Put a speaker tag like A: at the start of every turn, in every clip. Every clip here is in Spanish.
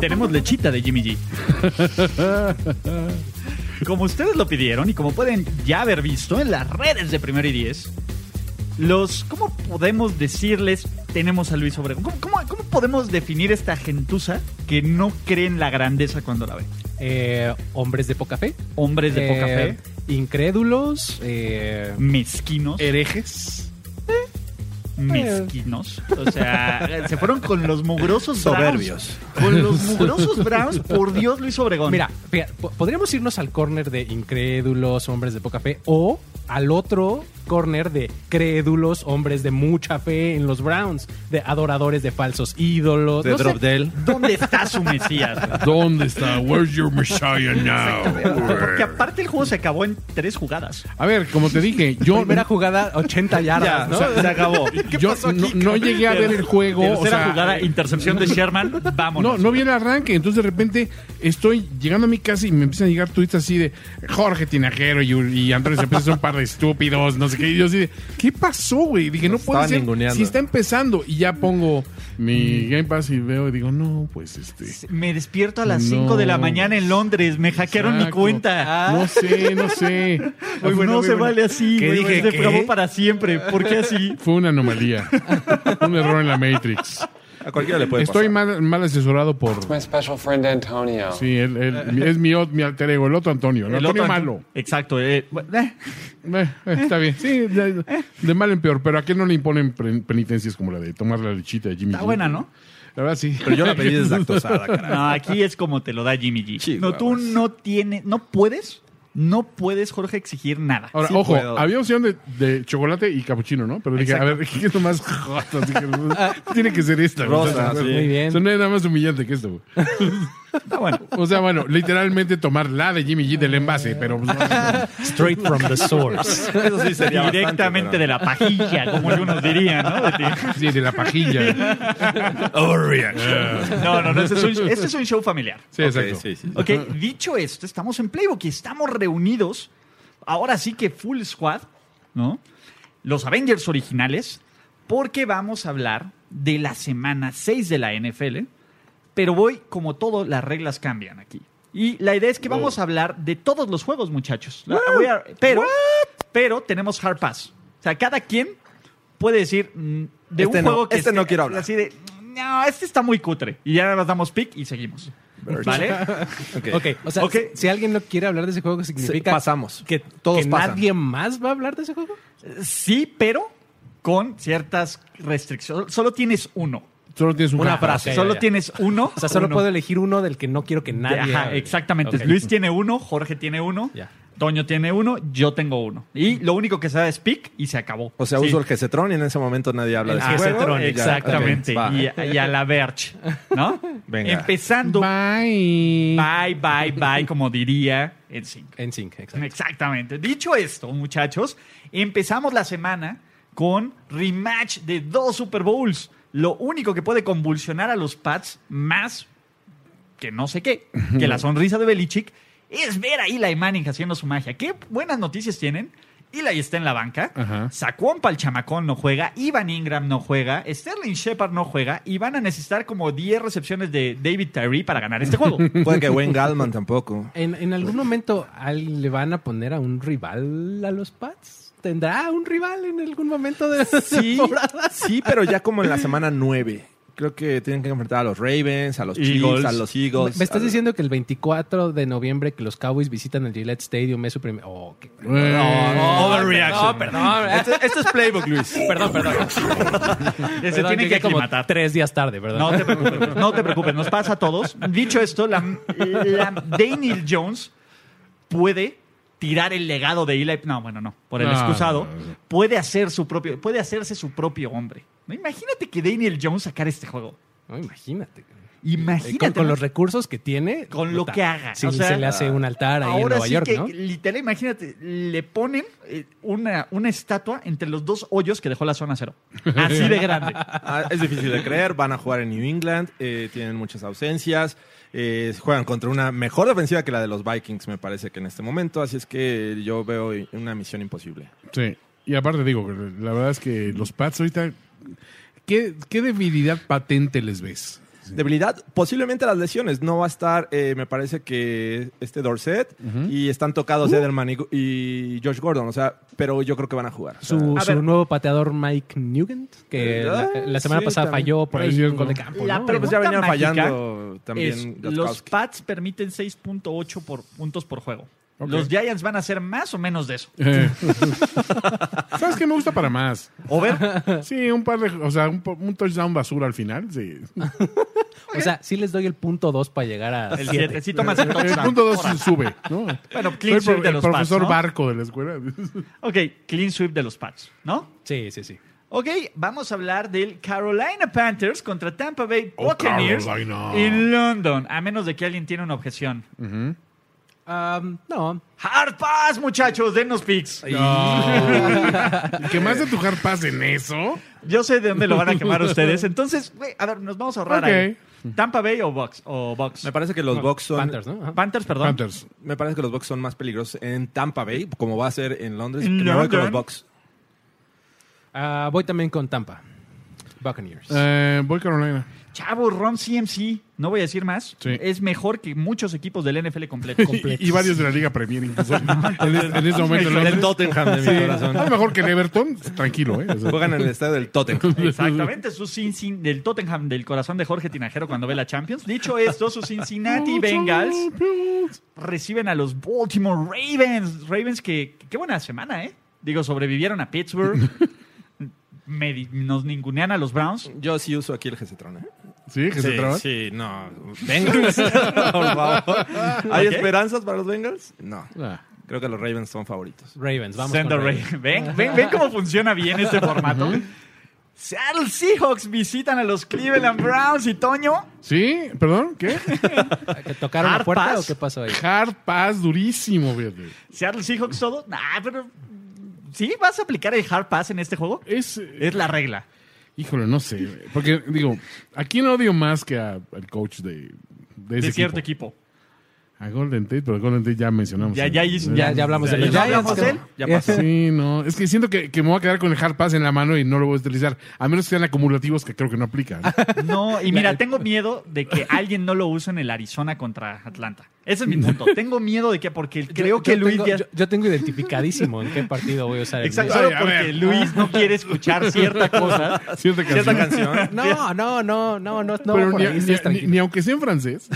A: Tenemos lechita de Jimmy G. Como ustedes lo pidieron y como pueden ya haber visto en las redes de Primero y Diez, los, ¿cómo podemos decirles tenemos a Luis Obregón? ¿Cómo, cómo, cómo podemos definir esta gentuza que no cree en la grandeza cuando la ve?
B: Eh, hombres de poca fe.
A: Hombres de poca
B: Eh,
A: fe,
B: Incrédulos. eh,
A: mezquinos,
B: herejes.
A: mezquinos. O sea, se fueron con los mugrosos Browns.
C: Soberbios.
A: Con los mugrosos Browns, por Dios, Luis Obregón.
B: Mira, fíjate, po- podríamos irnos al corner de incrédulos, hombres de poca fe, o al otro corner de crédulos, hombres de mucha fe en los Browns, de adoradores de falsos ídolos.
C: De
B: no sé,
C: Drop Dell.
A: ¿dónde está su Mesías? güey?
D: ¿Dónde está? Where's your Messiah
A: Porque
D: now?
A: aparte el juego se acabó en tres jugadas.
D: A ver, como te dije, yo,
B: Primera jugada, 80 yardas,
A: Ya,
D: Ah,
B: ¿no?
A: o sea, se acabó.
D: yo no, no llegué a ver el juego. o
A: Tercera
D: sea,
A: jugada, intercepción de Sherman, vámonos.
D: No, no vi el arranque. Entonces de repente estoy llegando a mi casa y me empiezan a llegar tweets así de Jorge Tinajero y, y Antonio Cepeda son un par de estúpidos, no sé qué. Y yo así de, ¿qué pasó, güey? Dije, no puede
C: estaban
D: ser.
C: ninguneando. Mm.
D: Si está empezando y ya pongo mi Game Pass y veo y digo, no, pues este.
A: Me despierto a las
D: No. Ah,
A: 5 de la mañana en Londres, me hackearon mi
D: saco.
A: cuenta. Ah.
D: No sé, no sé.
A: Pues no se vale así,
C: ¿Qué
A: güey,
C: dije?
A: es de
C: ¿Qué?
A: programa para siempre. ¿Por qué así?
D: Fue una anomalía. un error en la Matrix.
C: A cualquiera le puede
D: Estoy
C: pasar.
D: mal, mal asesorado por.
E: My special friend Antonio.
D: Sí, él- él- es mi, ot- mi alter ego, el otro Antonio.
A: El
D: El, Antonio
A: otro-
D: malo.
A: Exacto. eh, bueno, eh,
D: Eh, eh, está bien, sí, de, de mal en peor, pero a qué no le imponen pre- penitencias como la de tomar la lechita de Jimmy.
A: está
D: G?
A: buena, ¿no?
D: La verdad sí.
C: Pero yo la pedí deslactosada, carajo.
A: No, aquí es como te lo da Jimmy G. No,
C: Chihuahuas.
A: tú no tienes, no puedes, no puedes, Jorge, exigir nada.
D: Ahora,
C: Sí
D: ojo,
C: puedo.
D: había opción de, de chocolate y capuchino, ¿no? Pero dije, a ver, ¿qué es lo más joto? Dije, Tiene que ser esta. güey.
C: Rosa,
D: O sea,
C: sí.
B: Muy bien.
D: o sea, no hay nada más humillante que esto. güey.
A: Está bueno.
D: O sea, bueno, literalmente tomar la de Jimmy G del envase, pero pues, no.
B: Straight from the source.
C: Eso sí sería bastante,
A: Directamente
C: pero-
A: de la pajilla, como algunos dirían, ¿no? De ti.
D: sí, de la pajilla.
A: No, no, no, este es un, este es un show familiar.
D: Sí,
C: Ok,
D: exacto.
C: sí, sí, sí.
A: Ok, dicho esto, estamos en Playbook y estamos reunidos, ahora sí que full squad, ¿no? Los Avengers originales, porque vamos a hablar de la semana 6 de la NFL, pero voy, como todo, las reglas cambian aquí. Y la idea es que vamos
C: Oh.
A: a hablar de todos los juegos, muchachos. La- voy a- pero, pero tenemos hard pass. O sea, cada quien puede decir mm, de
C: Este
A: un
C: no,
A: juego que
C: este no quiero hablar.
A: Así de, no, este está muy cutre. Y ya nada más damos pick y seguimos. ¿Vale?
C: Ok.
B: Ok, o sea,
A: Ok.
B: si- si alguien no quiere hablar de ese juego, significa
C: Sí, pasamos.
B: que,
C: Todos
B: que
C: pasan.
B: nadie más va a hablar de ese juego.
A: Sí, pero con ciertas restricciones. Solo tienes uno.
D: Solo tienes un
B: Una
D: café.
B: frase. Ya,
A: solo
B: ya, ya.
A: tienes uno.
B: O sea, solo
A: Uno.
B: puedo elegir uno del que no quiero que nadie.
A: Ajá,
B: hable.
A: exactamente.
B: Ok.
A: Luis tiene uno, Jorge tiene uno,
B: Ya.
A: Toño tiene uno, yo tengo uno. Y lo único que se da es pick y se acabó.
C: O sea,
A: Sí.
C: uso el Gesetron y en ese momento nadie habla de
A: Ah,
C: ese juego.
A: bueno,
C: Y ya,
A: Exactamente.
C: ok, va.
A: y, a- y a la Verge, ¿no?
C: Venga.
A: Empezando.
D: Bye.
A: Bye, bye, bye, como diría el 5.
B: En sync, exacto.
A: Exactamente. Dicho esto, muchachos, empezamos la semana con rematch de dos Super Bowls. Lo único que puede convulsionar a los Pats más que no sé qué, que la sonrisa de Belichick, es ver a Eli Manning haciendo su magia. Qué buenas noticias tienen. Eli está en la banca.
D: Ajá.
A: Saquon para el chamacón no juega. Ivan Ingram no juega. Sterling Shepard no juega. Y van a necesitar como 10 recepciones de David Tyree para ganar este juego.
C: Puede que Wayne Gallman tampoco.
B: ¿En, en algún momento al- le van a poner a un rival a los Pats? ¿Tendrá un rival en algún momento de
C: Sí, sí, pero ya como en la semana 9. Creo que tienen que enfrentar a los Ravens, a los
A: Eagles.
C: Chiefs, a los Eagles. Ah,
B: ¿Me estás
C: a-
B: diciendo que el 24 de noviembre que los Cowboys visitan el Gillette Stadium es su primer... Oh, qué-
D: Eh,
A: Overreaction.
B: No, perdón.
C: Este, este es playbook, Luis.
B: Perdón, perdón.
A: Se
B: Perdón,
A: tiene que
B: llegué como
A: aclimatar.
B: tres días tarde, perdón.
A: No te preocupes, no te preocupes, nos pasa a todos. Dicho esto, la, la- Daniel Jones puede tirar el legado de Eli. No, bueno, no, por el
D: No,
A: excusado.
D: no, no.
A: Puede, hacer su propio, puede hacerse su propio hombre. ¿No? Imagínate que Daniel Jones sacara este juego.
B: No, imagínate. Eh,
A: Imagínate.
B: Con, con
A: ¿no?
B: los recursos que tiene.
A: Con lo
B: puta,
A: que haga.
B: Sí,
A: O sea,
B: se le hace un altar ahí en
A: Ahora
B: Nueva
A: sí
B: York,
A: que,
B: ¿no?
A: literal, imagínate, le ponen eh, una, una estatua entre los dos hoyos que dejó la zona cero. Así de grande.
C: Ah, es difícil de creer. Van a jugar en New England. eh, tienen muchas ausencias. eh, juegan contra una mejor defensiva que la de los Vikings, me parece que en este momento. Así es que yo veo una misión imposible.
D: Sí. Y aparte digo, la verdad es que los Pats ahorita... ¿Qué, qué debilidad patente les ves?
C: Debilidad, posiblemente las lesiones. No va a estar, eh, me parece que este Dorset y están
A: Uh.
C: tocados Edelman y, y Josh Gordon. O sea, pero yo creo que van a jugar. O sea,
B: Su,
A: A
B: su
A: ver. Eh,
B: nuevo pateador Mike Nugent, que
C: Ah,
B: la, la semana
C: sí,
B: pasada
C: también.
B: falló por
D: Ah,
B: ahí
D: sí,
B: un gol de
D: como-
B: campo.
A: La
B: ¿no?
C: pero pues ya
A: pregunta
C: venía
A: mágica
C: fallando
A: Es,
C: también
A: los
C: Gostkowski.
A: Pats permiten 6.8 por puntos por juego. Los Giants van a hacer más o menos de eso.
D: Eh. ¿Sabes qué me gusta para más?
A: Over.
D: Sí, un par de... O sea, un, po- un touchdown basura al final, sí.
B: O sea, sí les doy el punto dos para llegar a
A: El
B: siete.
A: 7. Sí tomas el
D: El
A: touchdown.
D: punto dos
A: Ahora.
D: sube, ¿no?
A: Bueno,
D: Soy
A: clean
D: el pro-
A: sweep de
D: el
A: los Pats.
D: profesor
A: ¿no?
D: Barco de la escuela.
A: Ok, clean sweep de los Pats, ¿no?
B: Sí, sí, sí.
A: Ok, vamos a hablar del Carolina Panthers contra Tampa Bay Buccaneers
D: Carolina.
A: y London, a menos de que alguien tiene una objeción.
B: Am, Um, no,
A: Hard pass, muchachos, denos picks.
D: ¿Qué más de tujar paz en eso?
A: Yo sé de dónde lo van a quemar ustedes. Entonces, güey, a ver, nos vamos a ahorrar
D: Ok.
A: ahí. Tampa Bay o Bucks o Bucks.
C: Me parece que los Bucks son
B: Panthers, ¿no? Ajá.
A: Panthers, perdón.
D: Panthers.
C: Me parece que los Bucks son más peligrosos en Tampa Bay, como va a ser en Londres.
A: En
C: que me voy con los
A: London.
C: Bucks.
B: Ah, voy también con Tampa. Buccaneers.
D: Eh, voy Carolina.
A: Chavo, Ron CMC, no voy a decir más,
D: Sí.
A: es mejor que muchos equipos del NFL completo.
D: Y, y varios de la Liga Premier incluso. en, es- en ese momento.
C: El
D: ¿no?
C: Tottenham de mi corazón.
D: A lo mejor que el Everton, tranquilo, ¿eh? O sea,
C: Juegan en el estadio del Tottenham.
A: Exactamente, su Cincin del Tottenham, del corazón de Jorge Tinajero cuando ve la Champions. Dicho esto, sus Cincinnati Bengals reciben a los Baltimore Ravens. Ravens que, qué buena semana, ¿eh? Digo, sobrevivieron a Pittsburgh. Medi- nos ningunean a los Browns.
C: Yo sí uso aquí el Gesetrón. ¿eh?
D: sí, que se traba.
C: sí, no. Bengals. Por favor. ¿Hay
A: Ok.
C: esperanzas para los Bengals? No.
D: Ah.
C: Creo que los Ravens son favoritos.
B: Ravens, vamos
A: Send
B: con
A: the
B: Ravens.
A: Ravens. Ven, ven, ven cómo funciona bien este formato. Seattle Seahawks visitan a los Cleveland Browns y Toño.
D: Sí, perdón, ¿qué?
B: ¿Que tocaron
A: Hard
B: la puerta
A: pass.
B: o qué pasó ahí?
D: Hard pass durísimo, fíjate.
A: Seattle Seahawks todo. Nah, pero. ¿Sí? ¿Vas a aplicar el hard pass en este juego?
D: Es,
A: Es la regla.
D: híjole, no sé. güey. Porque, digo, ¿a quién odio más que a- al coach de, de ese
A: de cierto equipo.
D: A Golden Tate, pero Golden Tate ya mencionamos.
A: Ya,
D: ¿eh?
A: ya, hizo-
B: Ya, ya hablamos de
A: ya
B: los
A: hablamos de
B: Giants,
A: él.
C: Ya pasó.
D: Sí, no. Es que siento que, que me voy a quedar con el hard pass en la mano y no lo voy a utilizar. A menos que sean acumulativos, que creo que no aplican.
A: No, y mira, tengo miedo de que alguien no lo use en el Arizona contra Atlanta. Ese es mi punto. tengo miedo de que, porque creo
B: Yo-
A: que
B: yo
A: Luis
B: tengo,
A: ya-
B: yo, yo tengo identificadísimo en qué partido voy a usar el
A: Exacto,
D: Ay,
A: solo
D: a
A: porque
D: ver.
A: Luis no quiere escuchar cierta cosa.
D: Cierta canción.
C: Esta canción.
B: No, no, no, no, no, no,
D: pero
B: por
D: ni,
B: ahí sí
D: ni-
B: es
D: ni-
B: tranquilo.
D: ni aunque sea en francés.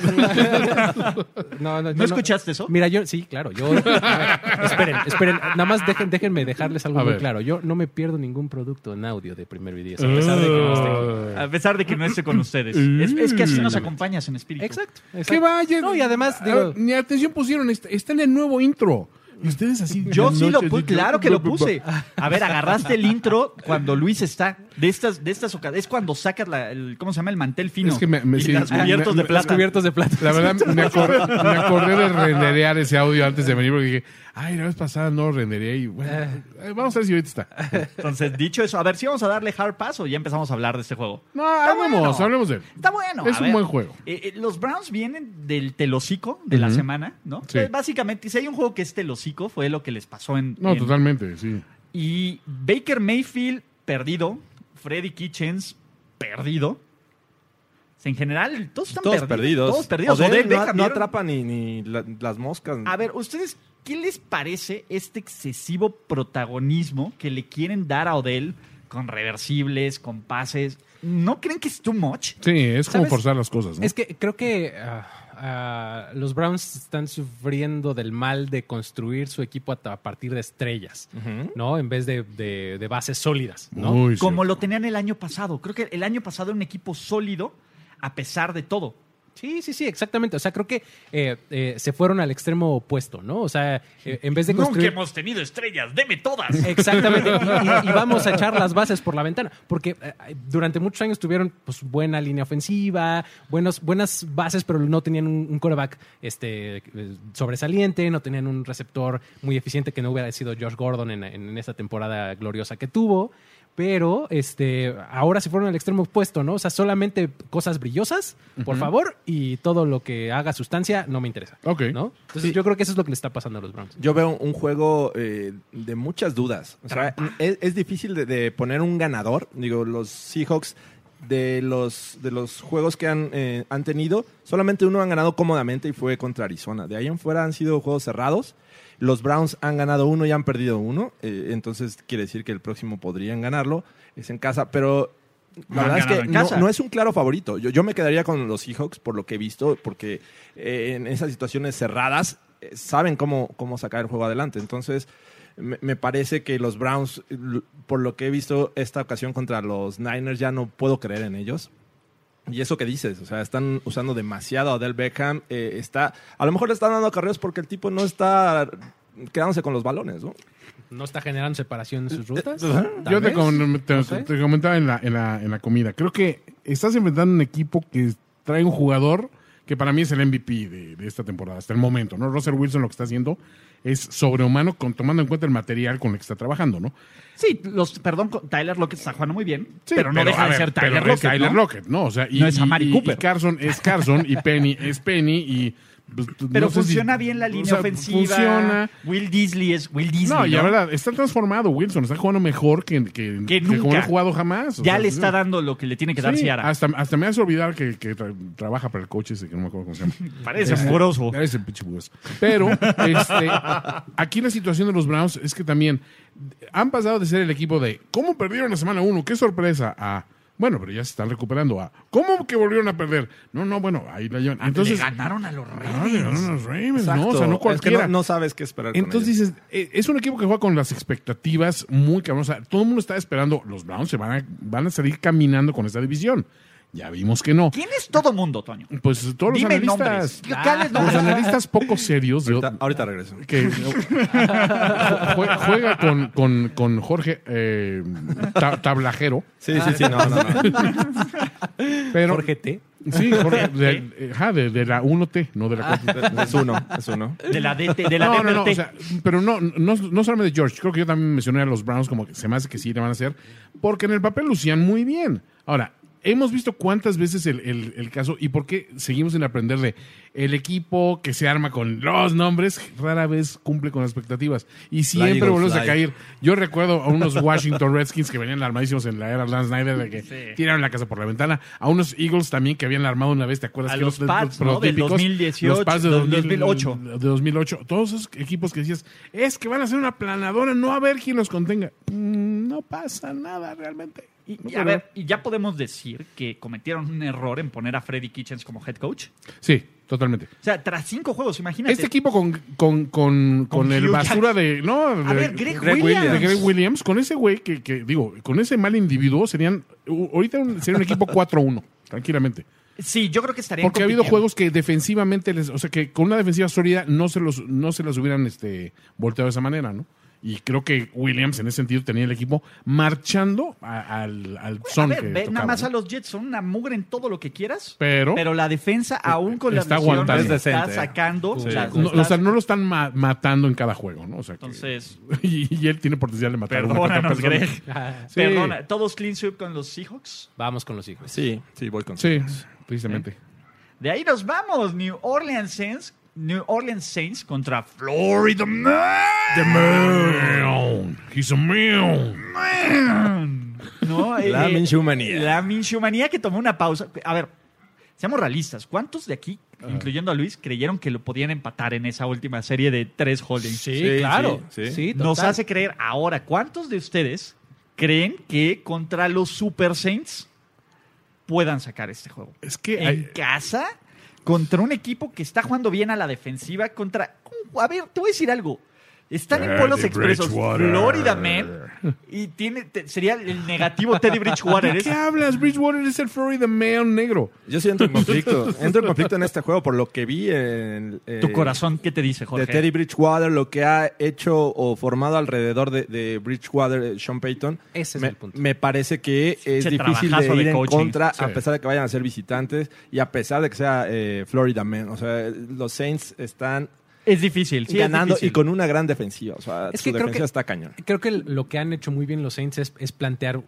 B: No, no, yo
A: ¿No escuchaste eso?
B: Mira, yo sí, claro, yo a ver, esperen, esperen, nada más dejen, déjenme dejarles algo
D: A
B: muy
D: ver.
B: claro. Yo no me pierdo ningún producto en audio de primer video, a
D: Mm.
B: pesar de que no esté aquí.
A: A pesar de que no esté con ustedes. Es, es que así nos acompañas en espíritu.
B: Exacto, exacto.
D: que vaya. Ah,
B: No, y además
D: A
B: digo,
D: ver, ni atención pusieron. Está, está en el nuevo intro. Y ustedes así.
A: Yo
D: de
A: sí lo
D: noche,
A: puse,
D: así,
A: claro que lo
D: bu- bu- bu-
A: puse. A ver, agarraste el intro cuando Luis está. De estas, de estas oca- Es cuando sacas la- el, ¿cómo se llama? El mantel fino.
D: Es que me- me-
A: y
D: sí,
A: las
D: me-
A: cubiertos
D: me-
A: de
B: las
A: plata.
B: cubiertos de plata.
D: La verdad, me, acor- me acordé de renderear ese audio antes de venir porque dije, ay, la vez pasada no lo rendereé. Y bueno, eh, vamos a ver si ahorita está.
A: Entonces, dicho eso, a ver si vamos a darle hard pass o ya empezamos a hablar de este juego.
D: No,
A: Está
D: hablemos,
A: bueno.
D: hablemos de él.
A: Está bueno.
D: Es
A: a
D: un
A: ver.
D: buen juego.
A: Eh, eh, los Browns vienen del telocico de la semana, ¿no?
D: Sí.
A: Pues, básicamente, si hay un juego que es telocico, fue lo que les pasó en.
D: No,
A: en-
D: totalmente, sí.
A: Y Baker Mayfield perdido, Freddy Kitchens perdido. O sea, En general, todos están
C: Todos
A: perdidos,
C: perdidos.
A: Todos perdidos.
C: Odell
A: Odell
C: no,
A: Beckham,
C: no
A: ¿vieron?
C: atrapa ni, ni la- las moscas.
A: A ver, ¿ustedes qué les parece este excesivo protagonismo que le quieren dar a Odell con reversibles, con pases. ¿No creen que es too much?
D: Sí, es como
B: ¿Sabes?
D: forzar las cosas, ¿no?
B: Es que creo que ah, ah, los Browns están sufriendo del mal de construir su equipo a, a partir de estrellas, ¿no? En vez de, de- de bases sólidas, ¿no?
D: Muy
A: Como
D: cierto.
A: lo tenían el año pasado. Creo que el año pasado era un equipo sólido a pesar de todo.
B: Sí, sí, sí, exactamente. O sea, creo que eh, eh, se fueron al extremo opuesto, ¿no? O sea, eh, en vez de
A: Nunca
B: construir...
A: hemos tenido estrellas, deme todas.
B: Exactamente. Y, y- y vamos a echar las bases por la ventana. Porque eh, durante muchos años tuvieron pues, buena línea ofensiva, buenos, buenas bases, pero no tenían un, un quarterback este, eh, sobresaliente, no tenían un receptor muy eficiente que no hubiera sido Josh Gordon en, en esa temporada gloriosa que tuvo. Pero este, ahora se fueron al extremo opuesto, ¿no? O sea, solamente cosas brillosas, por favor, y todo lo que haga sustancia no me interesa.
D: Ok.
B: ¿no? Entonces yo creo que eso es lo que le está pasando a los Browns.
C: Yo veo un juego eh, de muchas dudas. O sea, es, es difícil de, de poner un ganador. Digo, los Seahawks de los, de los juegos que han, eh, han tenido, solamente uno han ganado cómodamente y fue contra Arizona. De ahí en fuera han sido juegos cerrados. Los Browns han ganado uno y han perdido uno. Eh, entonces quiere decir que el próximo podrían ganarlo. Es en casa, pero...
A: No
C: La
A: han
C: verdad es
A: ganado
C: que
A: en
C: no,
A: casa.
C: no es un claro favorito. Yo, yo me quedaría con los Seahawks por lo que he visto, porque eh, en esas situaciones cerradas eh, saben cómo, cómo sacar el juego adelante. Entonces, me, me parece que los Browns, l- por lo que he visto esta ocasión contra los Niners, ya no puedo creer en ellos. Y eso que dices, o sea, están usando demasiado a Odell Beckham. eh, está, a lo mejor le están dando acarreos porque el tipo no está quedándose con los balones, ¿no?
B: ¿No está generando separación en sus
C: Eh,
B: rutas?
D: Yo
B: Tal
D: te,
B: vez.
D: com- te-
B: No sé.
D: te comentaba en la, en, la, en la comida. Creo que estás enfrentando un equipo que trae un jugador que para mí es el MVP de, de esta temporada, hasta el momento, ¿no? Russell Wilson lo que está haciendo es sobrehumano, con, tomando en cuenta el material con el que está trabajando, ¿no?
A: Sí, los, perdón, Tyler Lockett está jugando muy bien,
D: Sí,
A: pero no deja
D: a
A: de
D: ver,
A: ser
D: pero
A: Tyler
D: es
A: Lockett.
D: Tyler
A: ¿no?
D: Lockett, ¿no? O sea, y,
A: No es
D: y-
A: Amari
D: y-
A: Cooper.
D: y Carson es Carson y Penny es Penny y... pues,
A: Pero
D: no sé si-
A: funciona bien la
D: o
A: línea
D: sea,
A: ofensiva.
D: Funciona.
A: Will Disley es Will Disley.
D: No, y la
A: ¿no?
D: verdad, está transformado Wilson, está jugando mejor que, que,
A: Que
D: como
A: nunca.
D: no ha jugado jamás. o
A: Ya
D: sea,
A: le
D: sí.
A: está dando lo que le tiene que dar
D: Sí,
A: Ciara.
D: Hasta, hasta me hace olvidar que, que tra- trabaja para el coche ese que no me acuerdo cómo se llama.
A: Parece amoroso.
D: Ese pinche burros. Pero este, aquí la situación de los Browns es que también han pasado de ser el equipo de ¿cómo perdieron la semana 1? ¡Qué sorpresa! a bueno, pero ya se están recuperando. a ¿Cómo que volvieron a perder? No, no, bueno, ahí la llevan. Entonces,
A: Ah, le ganaron a los
D: Ah,
A: Reyes.
D: le ganaron a los Ravens,
C: Exacto.
D: no, o sea, no
C: Es que
D: cualquiera.
C: no, no sabes qué esperar. con
D: Entonces
C: ellos.
D: dices, eh, es un equipo que juega con las expectativas muy cabrón. O sea, todo el mundo está esperando, los Browns se van a, van a salir caminando con esta división. Ya vimos que no.
A: ¿Quién es todo mundo, Toño?
D: Pues todos
A: Dime
D: los
A: nombres.
D: analistas,
A: ¿Cuáles
D: los
A: nombres?
D: analistas poco serios, yo-
C: ahorita, ahorita regreso.
D: que jue- juega con, con, con Jorge eh, ta- Tablajero,
C: Sí, sí, sí, no, no, no.
D: pero
B: Jorge T.
D: sí, Jorge, de, eh, ajá, de- de la 1T, no
C: Ah,
D: de la 4T.
C: Es uno, es uno.
A: De la DT, de la
D: No, no, no,
A: DMT.
D: o sea, pero no, no, no solamente George, creo que yo también mencioné a los Browns como que se me hace que sí le van a hacer, porque en el papel lucían muy bien. Ahora, hemos visto cuántas veces el, el- el caso y por qué seguimos sin aprender de el equipo que se arma con los nombres rara vez cumple con las expectativas y siempre
C: Eagles,
D: volvemos a
C: fly.
D: caer. Yo recuerdo a unos Washington Redskins que venían armadísimos en la era Lance Snyder de que tiraron la casa por la ventana, a unos Eagles también que habían armado una vez, ¿te acuerdas?
A: A
D: que
A: los Pats, ¿no? Del
D: prototípicos,
A: 2018,
D: los Pats de
A: del
D: 2000,
A: 2008.
D: de 2008, todos esos equipos que decías, es que van a ser una planadora, no va a haber quien los contenga. Mm, no pasa nada realmente.
A: Y,
D: No
A: y a
D: pasa
A: ver, ¿y ya podemos decir que cometieron un error en poner a Freddy Kitchens como head coach?
D: nada. Sí, totalmente.
A: O sea, tras cinco juegos, imagínate.
D: Este equipo con, con, con, con el
A: Hugh
D: basura de. No,
A: A
D: de-
A: ver, Greg,
C: Greg
A: Williams.
D: de Greg Williams, con ese güey que, que, digo, con ese mal individuo serían. u- Ahorita un- sería un equipo 4-1, tranquilamente.
A: Sí, yo creo que estaría
D: Porque ha habido juegos que defensivamente les, o sea que con una defensiva sólida no se los, no se los hubieran este volteado de esa manera, ¿no? Y creo que Williams en ese sentido tenía el equipo marchando a- al, al
A: A
D: son
A: ver,
D: que
A: ve
D: tocaba,
A: nada más
D: ¿no?
A: a los Jets, son una mugre en todo lo que quieras.
D: Pero- eh,
A: la defensa, aún con la
D: está
A: lesión,
D: aguantando. ¿eh?
C: Es decente,
A: está sacando. las-
D: No,
A: las-
D: o sea, no lo están ma- matando en cada juego, ¿no? O sea, que-
A: Entonces,
D: y, y él tiene potencial de matar a una que otra
A: perdónanos,
D: persona.
A: Greg.
D: Sí,
A: Perdona, ¿todos clean sweep con los Seahawks?
B: Vamos con los hijos.
C: Sí, sí, voy con
D: Sí, precisamente.
A: De ahí nos vamos. New Orleans Saints. New Orleans Saints contra Florida Man.
D: Meow. He's a meow.
A: No, eh,
C: La Minshew-manía.
A: La Minshumanía que tomó una pausa. A ver, seamos realistas. ¿Cuántos de aquí,
D: Ah.
A: incluyendo a Luis, creyeron que lo podían empatar en esa última serie de tres holdings?
B: Sí,
C: Sí,
B: claro.
C: sí, sí.
B: Sí,
A: Nos
B: total.
A: hace creer ahora. ¿Cuántos de ustedes creen que contra los Super Saints puedan sacar este juego.
D: Es que
A: en
D: hay-
A: casa contra un equipo que está jugando bien a la defensiva contra un- a ver te voy a decir algo están en pueblos expresos Florida Man y tiene te- sería el negativo Teddy Bridgewater
D: ¿De
A: es-
D: qué hablas? Bridgewater es el Florida Man negro.
C: Yo sí entro en conflicto. entro en conflicto en este juego por lo que vi en... eh,
A: tu corazón qué te dice Jorge
C: De Teddy Bridgewater, lo que ha hecho o formado alrededor de, de Bridgewater, eh, Sean Payton.
B: Ese es
C: me,
B: el punto.
C: me parece que es
A: Ese
C: difícil de
A: trabajazo
C: ir
A: de
C: en
A: coaching.
C: contra,
D: Sí.
C: a pesar de que vayan a ser visitantes y a pesar de que sea eh, Florida Man. O sea, los Saints están
A: es difícil sí, es
C: ganando
A: difícil.
C: y con una gran defensiva. O sea,
B: Es
C: su
B: que creo
C: defensa
B: que-
C: está cañón.
B: Creo que lo que han hecho muy bien los Saints es, es plantear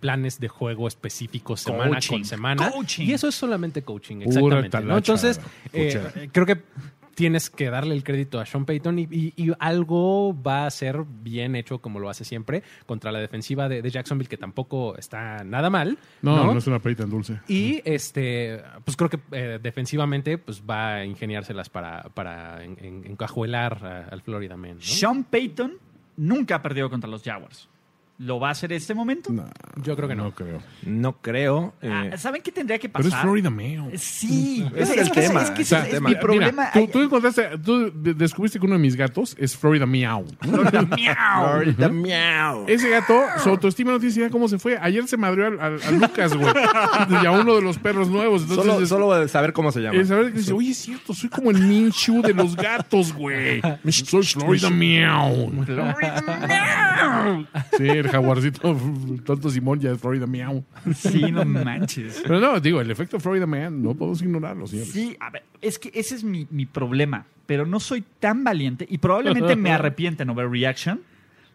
B: planes de juego específicos semana
A: Coaching.
B: con semana.
A: Coaching.
B: Y eso es solamente coaching,
D: Pura
B: exactamente.
D: talacha,
B: ¿no? Entonces, eh,
D: cuchara.
B: creo que tienes que darle el crédito a Sean Payton y, y- y algo va a ser bien hecho como lo hace siempre contra la defensiva de, de Jacksonville, que tampoco está nada mal.
D: No, no,
B: ¿no?
D: es una pelita tan dulce.
B: Y este, pues creo que eh, defensivamente pues va a ingeniárselas para, para en- en- encajuelar a- al Florida Man. ¿no?
A: Sean Payton nunca ha perdido contra los Jaguars lo va a hacer este momento
D: No,
B: Yo creo que no.
D: no creo.
C: No creo. eh,
A: Ah, saben qué tendría que
D: Pero es
A: pasar
D: Florida Man.
A: sí
C: Ese es el tema.
A: es que
C: O sea,
A: ese es
C: tema.
A: mi
C: Mira,
A: problema
D: tú, tú encontraste, tú de- descubriste que uno de mis gatos es Florida Meow.
A: Florida, miau.
C: Florida Miau.
D: Ese gato, su autoestima no tiene idea cómo se fue. Ayer se madrió al, al- al Lucas, güey. Y a uno de los perros nuevos. Entonces,
C: Solo,
D: es-
C: solo de saber cómo se llama.
D: El saber que dice, oye, es cierto, soy como el Minshu de los gatos, güey. Soy Florida Meow. Sí, el jaguarcito, tonto Simón ya es Florida Meow.
A: sí no manches
D: Pero no, digo, el efecto Florida Man no podemos ignorarlo, señores.
A: Sí, a ver, es que ese es mi, mi problema, pero no soy tan valiente y probablemente me arrepienta en Overreaction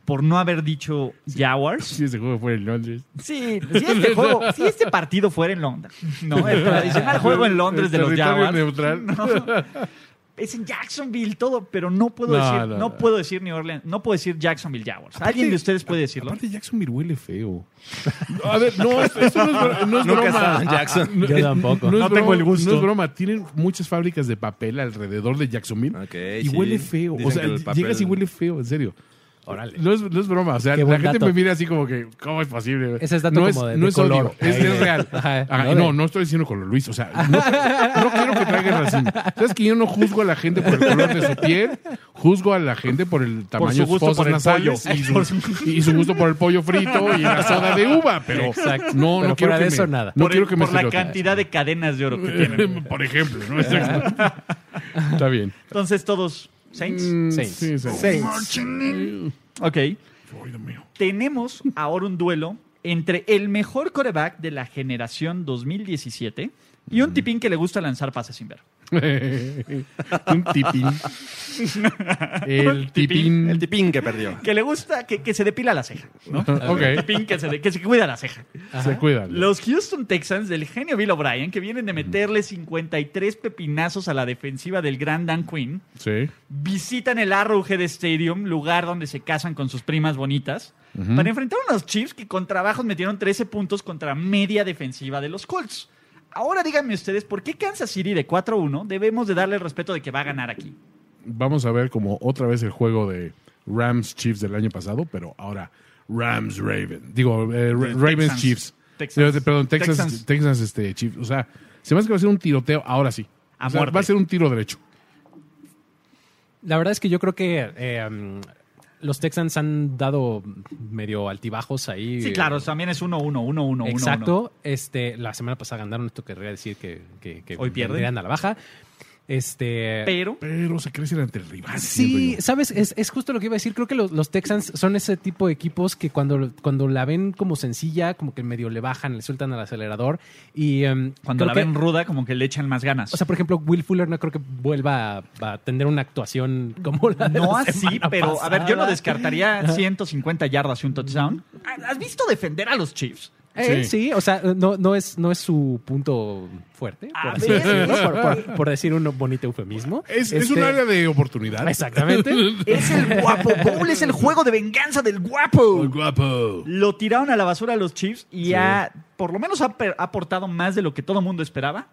A: por no haber dicho Jaguars.
D: Si ese juego fuera en Londres.
A: Sí, si este juego, si este partido fuera en Londres, no, el tradicional juego en Londres
D: El
A: de los
D: territorio
A: Jaguars.
D: neutral.
A: Es en Jacksonville todo, pero no puedo
D: No,
A: decir,
D: no,
A: no,
D: no.
A: puedo decir New Orleans, no puedo decir Jacksonville Jaguars. ¿Alguien de ustedes puede decirlo?
D: Aparte, Jacksonville huele feo. A ver, no, esto, esto no es, bro- no es
C: Nunca he
D: broma.
C: estado en Jackson.
D: No,
B: Yo
D: eh,
B: tampoco.
D: es
A: No tengo
D: broma,
A: el gusto.
D: No es broma. Tienen muchas fábricas de papel alrededor de Jacksonville.
C: Ok,
A: Eh,
D: y
C: sí.
D: huele feo.
C: Dicen
D: o sea,
C: que el papel-
D: llegas y huele feo, en serio.
B: Órale.
D: No es, no es broma. O sea,
B: Qué
D: la
B: buen
D: gente
B: dato.
D: me mira así como que, ¿cómo es posible?
B: Ese es dato
D: no
B: como
D: es,
B: de-
D: no
B: de
D: es odio,
B: color.
D: es,
B: Ahí.
D: es real.
B: Ajá,
D: Ajá,
B: no
D: y
B: de-
D: no, no estoy diciendo color Luis. O sea, no, no quiero que traiga racismo. Sabes que yo no juzgo a la gente por el color de su piel, juzgo a la gente por el tamaño
A: su
D: de sus
A: gusto
D: fosas
A: por el
D: nasales
A: pollo.
D: y su, y su gusto por el pollo frito y la soda de uva. Pero
B: Exacto.
D: no,
B: Pero
D: no quiero
B: fuera
D: que
B: de eso,
D: me,
B: nada.
D: No
A: por
D: quiero que me Eh.
A: por la
D: estereotipen.
A: cantidad de cadenas de oro que tienen.
D: Por ejemplo, ¿no? Exacto. Está bien.
A: Entonces todos Saints.
B: Saints.
D: Sí, sí.
A: Ok.
D: Florida Man.
A: tenemos ahora un duelo entre el mejor coreback de la generación 2017 y
D: Mm.
A: un tipín que le gusta lanzar pases sin ver.
D: un tipín. El tipín.
C: El tipín que perdió.
A: Que le gusta que, que se depila la ceja. ¿no?
D: Ok,
A: Tipín que se, de- que se cuida la ceja.
D: se cuidan.
A: Los Houston Texans del genio Bill O'Brien, que vienen de meterle 53 pepinazos a la defensiva del gran Dan Quinn,
D: Sí.
A: visitan el Arrowhead Stadium, lugar donde se casan con sus primas bonitas, para enfrentar a unos Chiefs que con trabajos metieron 13 puntos contra media defensiva de los Colts. Ahora díganme ustedes, ¿por qué Kansas City de 4-1 debemos de darle el respeto de que va a ganar aquí?
D: Vamos a ver como otra vez el juego de Rams Chiefs del año pasado, pero ahora Rams Raven. Digo, eh, Ra- Ravens
A: Texans.
D: Chiefs.
A: Texans.
D: Eh, Perdón, Texas, Texas.
A: Texans.
D: este, Chiefs. O sea, se me hace que va a ser un tiroteo ahora sí.
A: A
D: O sea,
A: muerte.
D: va a ser un tiro derecho.
B: La verdad es que yo creo que eh, um, los Texans han dado medio altibajos ahí.
A: Sí, claro, también es 1-1, 1-1, 1-1.
B: Exacto. Este, la semana pasada ganaron, esto querría decir que, que, que
A: Hoy pierden.
B: vendrían a la baja. Este,
A: Pero
D: Pero se crecen ante el rival.
B: Sí,
D: siento yo.
B: sabes, es, es justo lo que iba a decir. Creo que los, los Texans son ese tipo de equipos que cuando, cuando la ven como sencilla, como que medio le bajan, le sueltan al acelerador. Y em,
A: cuando
B: creo
A: la
B: que-
A: ven ruda, como que le echan más ganas.
B: O sea, por ejemplo, Will Fuller no creo que vuelva a, a tener una actuación como la de
A: no
B: la
A: así,
B: semana
A: pero a ver, yo lo
B: pasada.
A: descartaría 150 yardas y un touchdown. ¿Has visto defender a los Chiefs?
B: Eh,
D: Sí.
B: sí. o sea, no, no, es, no es su punto fuerte, por,
A: A
B: así
A: ver.
B: decirlo, Ah, por- por- por decir un bonito eufemismo.
D: Es, es
B: Este,
D: un área de oportunidad.
B: Exactamente.
A: Es el guapo bowl, es el juego de venganza del guapo.
D: guapo.
A: Lo tiraron a la basura a los Chiefs y ha- por lo menos ha per- ha aportado más de lo que todo mundo esperaba.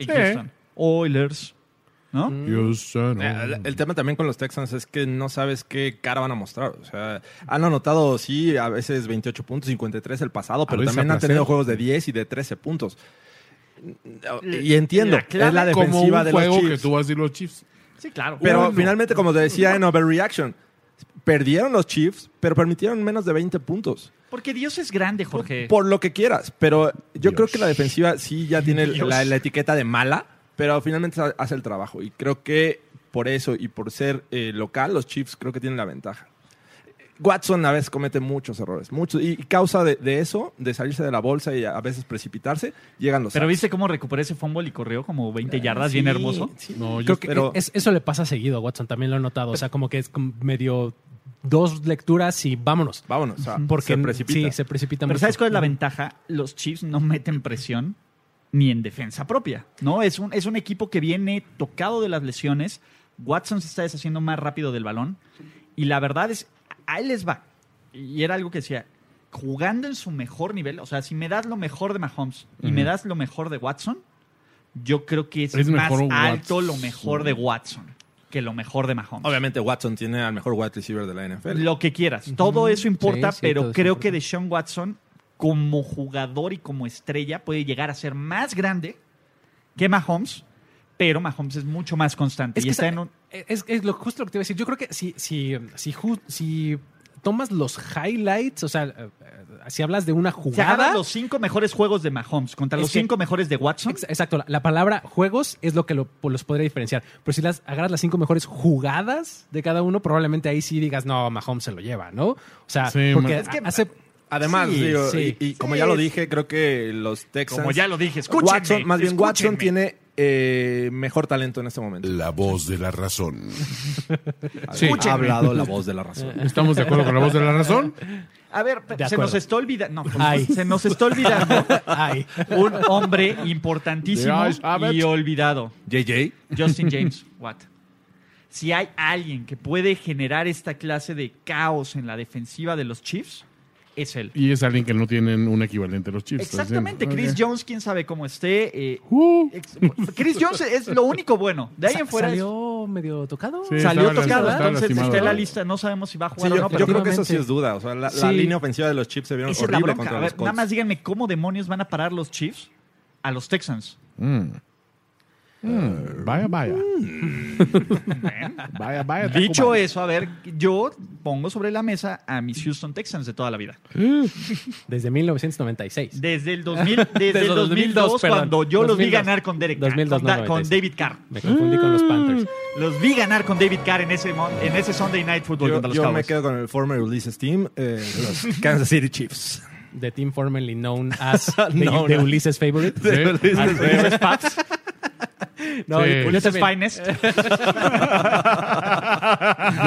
A: Y
D: Sí.
A: Houston. Oilers. ¿no?
C: Mm.
D: You son of-
C: Eh, El tema también con los Texans es que no sabes qué cara van a mostrar. O sea, han anotado, sí, a veces 28 puntos, 53 el pasado, pero
D: veces
C: también
D: a
C: han tenido
D: placer.
C: juegos de 10 y de 13 puntos. Y entiendo,
A: la clave
C: es la
D: como un
C: defensiva de los
D: juego que
C: Chiefs.
D: tú vas a decir los Chiefs.
A: Sí, claro.
C: Pero
A: Uno.
C: finalmente, como te decía en Overreaction, perdieron los Chiefs, pero permitieron menos de 20 puntos.
A: Porque Dios es grande, Jorge.
C: Por lo que quieras, pero yo creo que la defensiva sí ya tiene
A: Dios.
C: la, la etiqueta de mala, pero finalmente ha- hace el trabajo. Y creo que por eso y por ser eh, local, los Chiefs creo que tienen la ventaja. Watson a veces comete muchos errores, muchos, y, y causa de, de eso, de salirse de la bolsa y a veces precipitarse, llegan los
A: Pero
C: sacks.
A: viste cómo recuperé ese fumble y corrió como 20 yardas,
C: Eh, Sí,
A: bien hermoso.
C: sí.
D: No, yo
C: creo que
B: Pero es- eso le pasa seguido a Watson, también lo he notado. O sea, como que es como medio dos lecturas y vámonos.
C: vámonos, o sea,
B: Porque
C: se precipita.
B: Sí, se precipita
A: Pero
B: mucho.
A: ¿sabes cuál es la ventaja? Los Chiefs no meten presión ni en defensa propia, ¿no? Es un, es un equipo que viene tocado de las lesiones. Watson se está deshaciendo más rápido del balón. Y la verdad es, a él les va. Y era algo que decía, jugando en su mejor nivel, o sea, si me das lo mejor de Mahomes y me das lo mejor de Watson, yo creo que es,
D: Es
A: más
D: mejor
A: alto
D: Watson.
A: lo mejor de Watson que lo mejor de Mahomes.
C: Obviamente Watson tiene al mejor wide receiver de la NFL.
A: Lo que quieras. Todo eso importa,
B: sí,
A: pero
B: todo eso
A: creo
B: importa.
A: que Deshaun Watson, como jugador y como estrella, puede llegar a ser más grande que Mahomes, pero Mahomes es mucho más constante.
B: Es
A: y
B: que
A: está
B: sa-
A: en un-
B: Es, es lo justo lo que te iba a decir. Yo creo que si, si, si, ju- si tomas los highlights, o sea, eh, eh, si hablas de una
A: se agarran
B: jugada.
A: los cinco mejores juegos de Mahomes contra
B: Es
A: los
B: que-
A: cinco mejores de Watson.
B: Ex- Exacto, la, la palabra juegos es lo que lo- los podría diferenciar. Pero si las agarras las cinco mejores jugadas de cada uno, probablemente ahí sí digas, no, Mahomes se lo lleva, ¿no? O sea,
D: Sí,
B: porque
D: man.
B: es que hace.
C: Además,
B: Sí,
C: digo,
B: sí.
C: y, y como ya lo dije, creo que los Texans.
A: Como ya lo dije, escúchenme,
C: Watson, más bien Watson
A: escúchenme.
C: tiene eh, mejor talento en este momento.
F: La voz de la razón.
D: Sí,
C: Ha hablado la voz de la
A: Eh,
C: razón.
D: estamos de acuerdo con la voz de la razón.
A: A ver,
B: De
A: se nos
B: acuerdo.
A: está olvidando. No, pues,
B: Ay.
A: se nos está olvidando
B: Ay.
A: un hombre importantísimo
D: The Ice Abbott.
A: y olvidado.
C: JJ.
A: Justin James Watt. Si hay alguien que puede generar esta clase de caos en la defensiva de los Chiefs, es él.
D: Y es alguien que no tienen un equivalente a los Chiefs. ¿estás diciendo?
A: Exactamente, Chris
D: Ok.
A: Jones, quién sabe cómo esté. eh,
D: Uh,
A: ex- Chris Jones es lo único bueno. De ahí en fuera es-
B: ¿Salió medio tocado?
D: Sí.
A: salió
D: estaba
A: tocado,
D: lastimado, estaba
A: entonces
D: lastimado,
A: está en la
D: ¿verdad?
A: lista. No sabemos si va a
C: Sí,
A: jugar o
C: yo,
A: no,
C: yo
A: pero
C: creo que eso
B: efectivamente.
C: sí es duda. O sea, la, la
B: Sí.
C: línea ofensiva de los Chips se vieron
A: esa es la
C: horrible
A: bronca.
C: contra
A: A
C: los
A: ver,
C: Colts.
A: nada más díganme cómo demonios van a parar los Chiefs a los Texans.
D: mm, vaya, vaya. vaya, vaya.
C: Ah,
A: Dicho
D: Tacubaya.
A: eso, a ver, yo pongo sobre la mesa a mis Houston Texans de toda la vida.
B: Desde 1996.
A: Desde el 2000, desde
B: Desde
A: el 2002,
B: 2002,
A: cuando
B: perdón.
A: yo los vi
B: 2002,
A: ganar con Derek Carr,
B: 2002,
A: con, Da-
B: no,
A: con
B: 96.
A: David Carr.
B: Me confundí con
A: Mm.
B: los Panthers.
A: Los vi ganar con David Carr en ese, mon- en ese Sunday Night Football
C: Yo,
A: contra los
C: yo me
A: Cowboys.
C: quedo con el former Ulysses Team, eh, los Kansas City Chiefs.
B: The team formerly known as the,
C: No,
B: the
C: no.
B: Ulysses favorite.
A: Ah, Ulises Pats,
B: No,
D: Sí.
B: Ulises
A: Ulises
B: también.
A: Finest.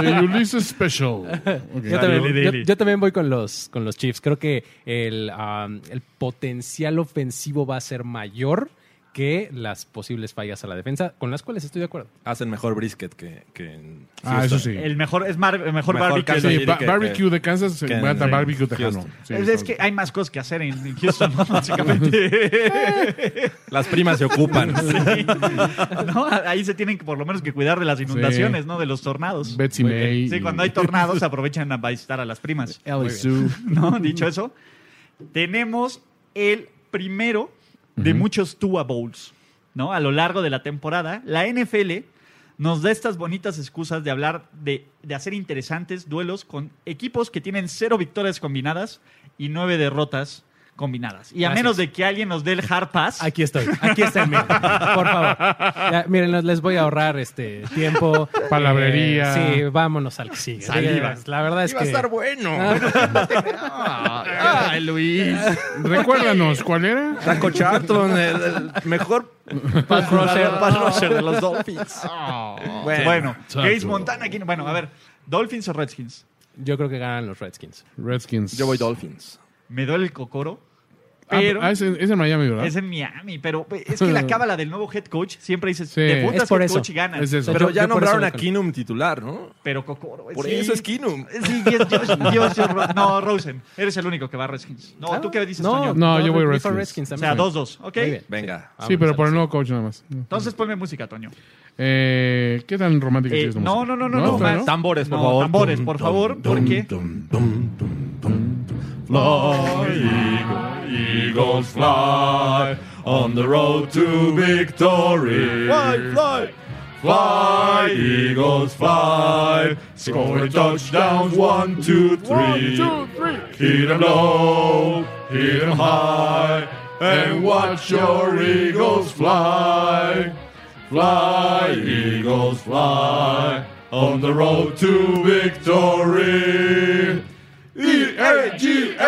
D: The Ulysses Special. Ok.
B: Yo también,
A: Dale,
B: yo-
A: dale.
B: yo también voy con los, con los Chiefs. Creo que el, um, el potencial ofensivo va a ser mayor que las posibles fallas a la defensa, con las cuales estoy de acuerdo.
C: Hacen mejor brisket que, que en
D: Ah, eso
C: Houston.
D: sí.
A: El mejor, es mar- el mejor,
C: Mejor
A: barbecue.
C: Kansas
A: de-
D: Sí,
C: City
D: ba-
C: que-
D: barbecue de Kansas se
C: que-
D: mata
C: sí.
D: barbecue tejano.
C: Houston.
D: Sí,
A: Pues es, es
D: está-
A: que hay más cosas que hacer en, en Houston, ¿no? básicamente.
C: Las primas se ocupan.
A: ¿No? Ahí se tienen que por lo menos que cuidar de las inundaciones, ¿no? De los tornados.
D: Betsy
A: Muy bien.
D: May
A: Sí,
D: y-
A: cuando hay tornados se aprovechan a visitar a las primas.
D: Muy bien.
A: ¿no? Dicho eso, tenemos el primero de muchos Tua Bowls, ¿no? A lo largo de la temporada, la NFL nos da estas bonitas excusas de hablar de, de hacer interesantes duelos con equipos que tienen cero victorias combinadas y nueve derrotas combinadas. Y a
B: Gracias.
A: menos de que alguien nos dé el hard pass,
B: Aquí estoy, aquí está el mío. Por favor. Ya, miren, les- les voy a ahorrar este tiempo.
D: Palabrería.
B: Eh, sí, vámonos al que sigue.
A: Saliva.
B: La verdad es
C: Iba a
B: que...
C: estar bueno.
A: ¡ay, Luis!
D: Ah, Recuérdanos, ¿cuál era?
C: Taco Charlton, el, el mejor pass rusher, de los Dolphins.
A: Ah.
C: Bueno,
A: Bueno, Gates Montana aquí. Bueno, a ver, Dolphins o Redskins.
B: Yo creo que ganan los Redskins.
D: Redskins.
C: yo voy Dolphins.
A: Me duele el cocoro Pero-
D: ah, es, en, es en Miami, ¿verdad?
A: Es en Miami, pero pues, es que la cábala del nuevo head coach siempre dices,
D: Sí.
A: te juntas
B: Es por
A: head
B: eso.
A: coach y ganas.
D: Es eso.
C: Pero
B: Yo-
C: ya
B: yo por
C: nombraron
B: eso
C: a
B: lo-
C: Kinum titular, ¿no?
A: Pero Cocoro,
C: Por
A: sí.
C: eso es Kinum.
A: Sí, y es Josh, Josh- Josh- no, Rosen, eres el único que va a Redskins. No,
B: Ah,
A: ¿tú qué dices, Toño?
D: No, yo voy
B: Re-
D: Redskins.
B: Re-
A: O
B: también.
A: sea, 2-2, ¿ok?
B: Muy bien.
C: Venga.
D: sí, pero por el nuevo coach nada más.
A: Entonces ponme música, Toño.
D: Eh, ¿Qué tan romántica
A: Eh,
D: es la
A: no,
D: música?
A: no, no, no, no,
D: ¿Todavía
A: más.
C: Tambores, por
A: No,
C: favor.
A: Tambores, por favor, porque...
C: Eagles fly on the road to victory. Fly, fly. Fly, Eagles fly. Score touchdowns, one, two, three.
D: One, two, three.
C: Hit 'em low, hit 'em high, and watch your eagles fly. Fly, eagles fly, on the road to victory. E E-A-G-L-E-S,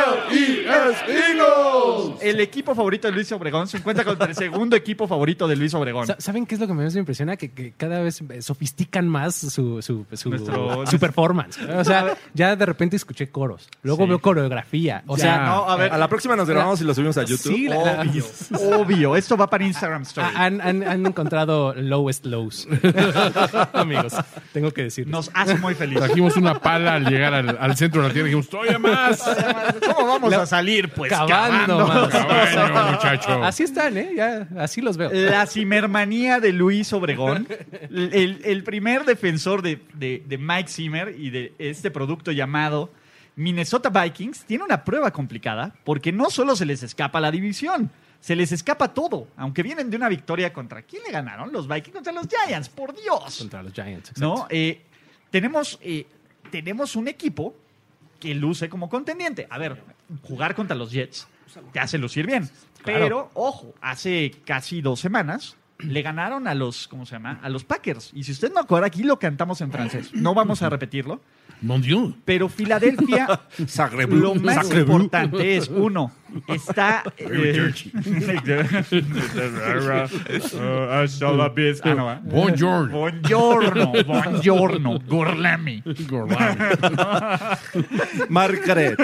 C: E eagles!
A: El equipo favorito de Luis Obregón se encuentra contra el segundo equipo favorito de Luis Obregón.
B: Sa- ¿Saben qué es lo que más me impresiona? Que, que cada vez eh, sofistican más su, su, su,
A: Nuestro-
B: su performance. O sea, ya de repente escuché coros. Luego
A: Sí.
B: veo coreografía. O
A: Ya,
B: sea,
A: no, oh, a ver,
C: A la próxima nos grabamos y lo subimos a YouTube.
B: sí, la- Ah, la-
A: obvio, esto va para Instagram Story.
B: ha- han, han- han encontrado lowest lows. Amigos, tengo que decirlo.
A: Nos hace muy felices.
D: Trajimos una pala al llegar al, al centro de la tierra y dijimos, ¡todavía más!
A: ¿Cómo vamos a salir, pues?
B: Cavando, más.
D: Bueno, muchacho.
B: Así están, ¿eh? Ya, así los veo.
A: La cimermanía de Luis Obregón. El, el primer defensor de, de- de Mike Zimmer y de este producto llamado Minnesota Vikings tiene una prueba complicada porque no solo se les escapa la división, se les escapa todo. Aunque vienen de una victoria contra quién le ganaron los Vikings contra los Giants, por Dios.
B: Contra los Giants. exacto.
A: ¿no? Eh, tenemos, eh, tenemos un equipo que luce como contendiente. A ver, jugar contra los Jets te hace lucir bien. Pero, ojo, hace casi dos semanas le ganaron a los, ¿cómo se llama? A los Packers. Y si usted no acuerda, aquí lo cantamos en francés. No vamos a repetirlo.
D: Mon Dieu.
A: Pero Filadelfia, lo más importante es, uno, está... eh, Ah, no, ¿eh?
D: Bonjour.
A: Buongiorno, buongiorno, gorlami.
C: Margaret.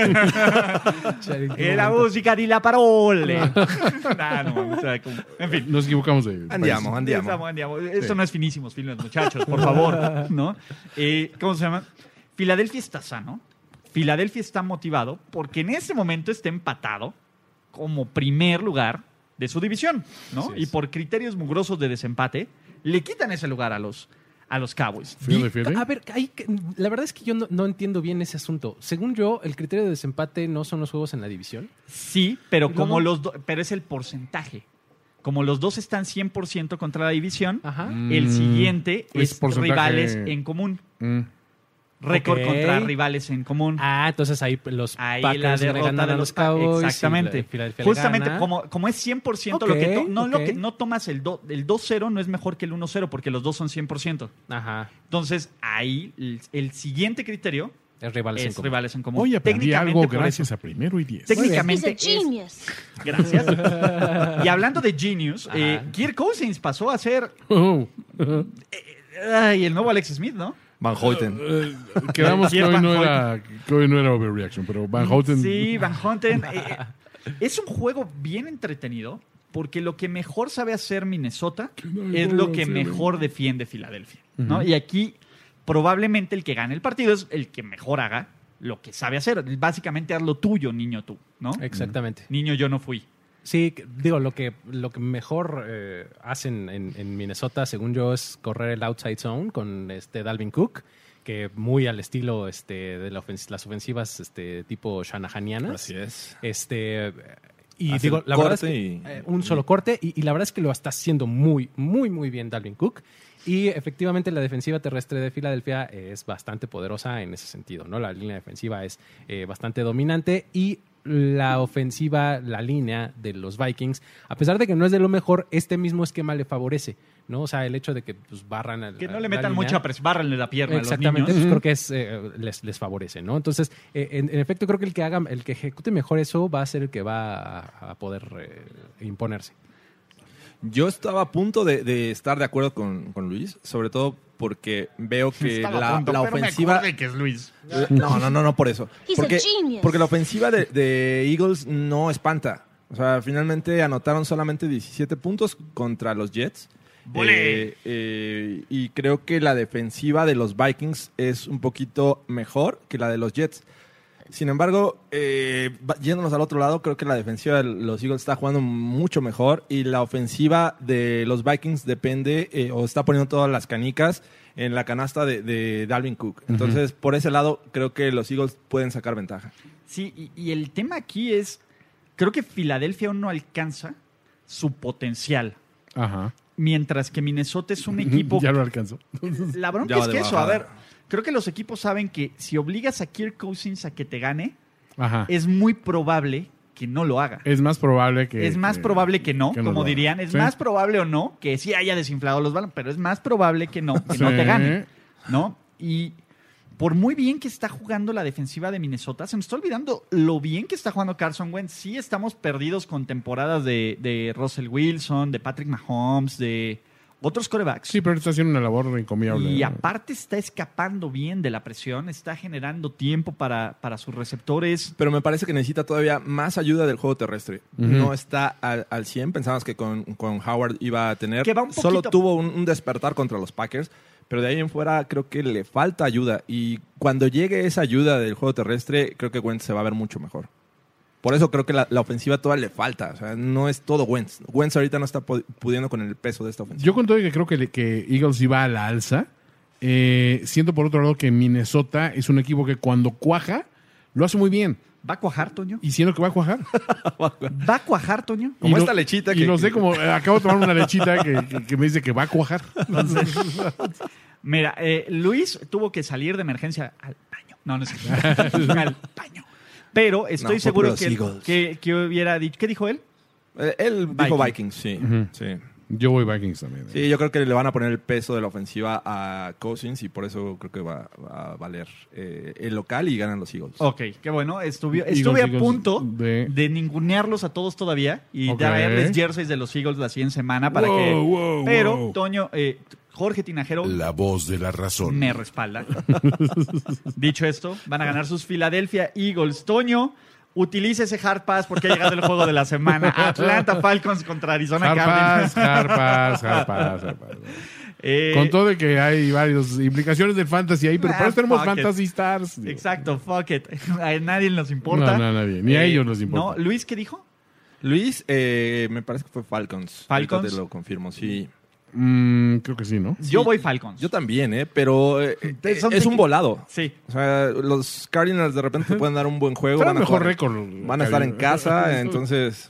A: E la musica di la parole. Ah, no, o sea, como- en fin. Pues,
D: Nos equivocamos de...
C: Andiamo, andiamo.
A: Estamos, andiamo. Esto no es finísimos filmes, muchachos, por favor. ¿no? Eh, ¿Cómo se llama? Filadelfia está sano. Filadelfia está motivado porque en ese momento está empatado como primer lugar de su división, ¿no? y por criterios mugrosos de desempate, le quitan ese lugar a los, a los Cowboys.
D: Fíjate, fíjate.
B: A ver, ahí que- la verdad es que yo no, no entiendo bien ese asunto. Según yo, el criterio de desempate no son los juegos en la división.
A: Sí, pero como
B: ¿Cómo?
A: los do- pero es el porcentaje. Como los dos están 100% contra la división,
B: Ajá.
A: el
D: Mm,
A: siguiente
D: es
A: es,
D: porcentaje-
A: rivales en común.
D: Mm.
A: Récord
B: Ok.
A: contra rivales en común.
B: Ah, entonces ahí los
A: Ahí la
B: Packers le
A: derrota
B: ganan
A: de
B: a los
A: Pa-
B: Cowboys. y
A: Exactamente.
B: la- Filadelfia le
A: Justamente,
B: gana.
A: como, como es 100% lo que to-
B: Ok,
A: no, lo
B: ok.
A: que no tomas el, do- el 2-0 no es mejor que el 1-0 porque los dos son 100%.
B: Ajá.
A: Entonces, ahí el, el siguiente criterio
B: Es rivales en
A: es
B: común.
A: rivales en común.
D: Oye, aprendí algo
A: por
D: gracias
A: eso.
D: a Primero y Diez.
G: He's
A: Técnicamente
G: a
A: es-
G: genius.
A: Gracias. y hablando de Genius, eh,
B: Ajá.
A: Kirk Cousins pasó a ser
D: Oh,
A: ay, el nuevo Alex Smith, ¿no?
C: Van Hoyten.
D: eh, quedamos que
A: Pierre
D: hoy,
A: Van
D: no era, que hoy no era overreaction, pero Van Houten...
A: Mm, Sí, Van Houten. eh, eh, es un juego bien entretenido porque lo que mejor sabe hacer Minnesota es lo que mejor defiende Filadelfia, ¿no? Y aquí probablemente el que gane el partido es el que mejor haga lo que sabe hacer. Básicamente haz lo tuyo, niño tú, ¿no?
B: Mm. Exactamente.
A: Niño yo no fui.
B: Sí, que- digo, lo que, lo que mejor eh, hacen en, en Minnesota, según yo, es correr el outside zone con este Dalvin Cook, que muy al estilo este, de la ofens- las ofensivas este, tipo shanahanianas.
C: es.
B: Este. Y
C: Hace
B: digo,
C: el
B: la verdad es
C: corte
B: que,
C: y-
B: eh, un solo corte y, y la verdad es que lo está haciendo muy, muy, muy bien Dalvin Cook. Y efectivamente la defensiva terrestre de Filadelfia es bastante poderosa en ese sentido, ¿no? La línea defensiva es eh, bastante dominante y la ofensiva, la línea de los Vikings, a pesar de que no es de lo mejor, este mismo esquema le favorece, ¿no? O sea, el hecho de que pues, barran al
A: Que no
B: a
A: le
B: la
A: metan
B: línea.
A: mucha presión, bárrenle la pierna
B: Exactamente,
A: a los niños.
B: pues creo que es, eh, les, les favorece, ¿no? Entonces, eh, en, en efecto, creo que el que haga, el que ejecute mejor eso va a ser el que va a, a poder eh, imponerse.
C: Yo estaba a punto de, de estar de acuerdo con, con Luis, sobre todo porque veo que
A: Estaba
C: la,
A: a punto,
C: la
A: pero me
C: ofensiva. eh,
A: acordé que es Luis.
C: No, no, no, no por eso.
G: He's a
C: Porque,
G: genius.
C: porque la ofensiva de, de Eagles no espanta. O sea, finalmente anotaron solamente 17 puntos contra los Jets.
A: ¡Ole!
C: Eh, eh, y creo que la defensiva de los Vikings es un poquito mejor que la de los Jets. Sin embargo, eh, va- yéndonos al otro lado, creo que la defensiva de los Eagles está jugando mucho mejor y la ofensiva de los Vikings depende eh, o está poniendo todas las canicas en la canasta de, de Dalvin Cook. Entonces, por ese lado, creo que los Eagles pueden sacar ventaja.
A: Sí, y, y el tema aquí es, creo que Filadelfia aún no alcanza su potencial,
D: Ajá.
A: mientras que Minnesota es un equipo...
D: ya lo alcanzó.
A: La bronca
C: Ya va
A: es
C: de
A: que eso, a
C: bajada.
A: ver, creo que los equipos saben que si obligas a Kirk Cousins a que te gane,
D: Ajá. Es,
A: es muy probable que no lo haga.
D: más probable Eh, que.
A: es más
D: que-
A: probable que no,
D: que no lo
A: como
D: haga.
A: dirían. Es
D: Sí.
A: más probable o no que sí haya desinflado los balones, pero es más probable que no, que no
D: Sí.
A: te gane. ¿No? Y por muy bien que está jugando la defensiva de Minnesota, se me está olvidando lo bien que está jugando Carson Wentz. Sí estamos perdidos con temporadas de, de Russell Wilson, de Patrick Mahomes, de otros corebacks.
D: Sí, pero está haciendo una labor encomiable.
A: Y aparte está escapando bien de la presión, está generando tiempo para, para sus receptores.
C: Pero me parece que necesita todavía más ayuda del juego terrestre. No está al, al 100. Pensábamos que con, con Howard iba a tener.
A: Que va un
C: Solo
A: poquito-
C: tuvo un, un despertar contra los Packers. Pero de ahí en fuera creo que le falta ayuda. Y cuando llegue esa ayuda del juego terrestre, creo que Wentz se va a ver mucho mejor. Por eso creo que la, la ofensiva todavía le falta. O sea, no es todo Wentz. Wentz ahorita no está pu- pudiendo con el peso de esta ofensiva.
D: Yo con todo y que creo que, le- que Eagles iba a la alza, eh, siento por otro lado que Minnesota es un equipo que cuando cuaja, lo hace muy bien.
A: ¿Va a cuajar, Toño?
D: Y siento que va a cuajar.
A: ¿Va a cuajar, Toño?
C: Como
D: Y
C: esta lechita
D: Y
C: que-
D: lo
C: que-
D: sé como, eh, acabo de tomar una lechita que, que- que me dice que va a cuajar.
A: Mira, eh, Luis tuvo que salir de emergencia al baño. No, no es cierto. al baño. Pero estoy
C: No, fue
A: seguro
C: puros
A: que,
C: Eagles.
A: que, que hubiera dicho. ¿Qué dijo él?
C: Eh, él dijo Vikings,
A: Vikings.
C: sí. sí.
D: Yo voy Vikings también. eh.
C: Sí, yo creo que le van a poner el peso de la ofensiva a Cousins y por eso creo que va, va a valer eh, el local y ganan los Eagles.
A: Ok, qué bueno. Estuve,
D: Eagles,
A: estuve a
D: Eagles
A: punto
D: de-
A: de... ningunearlos a todos todavía y
D: Ok.
A: darles jerseys de los Eagles la siguiente semana para
D: Wow,
A: que.
D: wow,
A: Pero,
D: wow.
A: Toño, eh, Jorge Tinajero
F: La voz de la razón.
A: me respalda. Dicho esto, van a ganar sus Philadelphia Eagles. Toño, utilice ese hard pass porque ha llegado el juego de la semana. Atlanta Falcons contra Arizona Cardinals.
D: Harpas, harpas, harpas, harpas.
A: Eh,
D: Con todo de que hay varias implicaciones del fantasy ahí, pero
A: Ah,
D: para eso tenemos
A: fuck it.
D: Fantasy Stars. digo.
A: Exacto, fuck it. A nadie nos importa. Eh,
D: No, no, nadie.
C: Eh,
D: Ni a ellos nos importa.
A: ¿no? Luis, ¿qué dijo?
C: Luis, eh, me parece que fue Falcons. Ahorita
A: ¿Falcons?
C: te lo confirmo, sí.
D: Mm, creo que sí, ¿no?
A: Yo voy Falcons.
C: Yo también, ¿eh? Pero eh, eh,
A: Te- son
C: es
A: de-
C: un volado.
A: sí.
C: O sea, los Cardinals de repente te pueden dar un buen juego.
D: Será
C: Van a,
D: mejor
C: jugar-
D: récord.
C: van a estar en
D: Cardinals.
C: casa, entonces...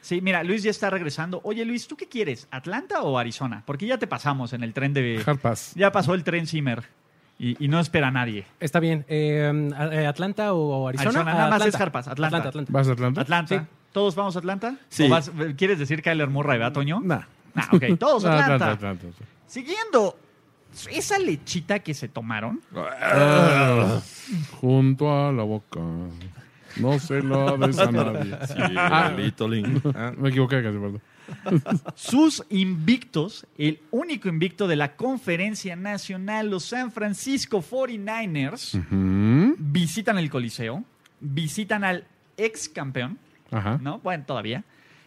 A: Sí, mira, Luis ya está regresando. Oye, Luis, ¿tú qué quieres? ¿Atlanta o Arizona? Porque ya te pasamos en el tren de...
D: Harpas.
A: Ya pasó el tren Zimmer y, y no espera a nadie.
B: Está bien. eh, eh, ¿Atlanta o Arizona?
A: Arizona, nada más
B: Atlanta.
A: es Harpas, Atlanta.
B: Atlanta, Atlanta.
D: ¿Vas a Atlanta?
A: Atlanta.
B: Sí.
A: ¿Todos vamos a Atlanta?
C: Sí.
A: ¿O vas- eh, ¿Quieres decir Kyler Murray, va, Toño?
D: Nah.
A: Nah, ok, todos
D: No,
A: Atlanta.
D: Atlanta, Atlanta.
A: Siguiendo esa lechita que se tomaron,
D: Junto a la boca. No se la des a nadie.
C: Ah. Ah,
D: Me equivoqué casi, perdón.
A: sus invictos, el único invicto de la conferencia nacional, los San Francisco 49ers,
D: Mm,
A: visitan el Coliseo, visitan al ex campeón,
D: Ajá.
A: ¿no? Bueno, todavía.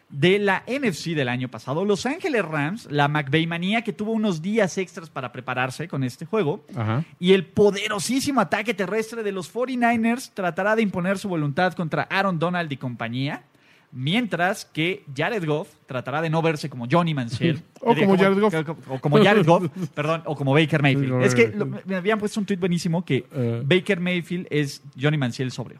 A: De la NFC del año pasado, Los Ángeles Rams, la McVay manía que tuvo unos días extras para prepararse con este juego,
D: Ajá.
A: y el poderosísimo ataque terrestre de los 49ers tratará de imponer su voluntad contra Aaron Donald y compañía, mientras que Jared Goff tratará de no verse como Johnny Manziel. Eh,
D: O como Jared Goff.
A: O como Jared Goff, perdón, o como Baker Mayfield.
D: Sí,
A: Es que lo- me habían puesto un tweet buenísimo que
D: Eh.
A: Baker Mayfield es Johnny Manziel sobrio.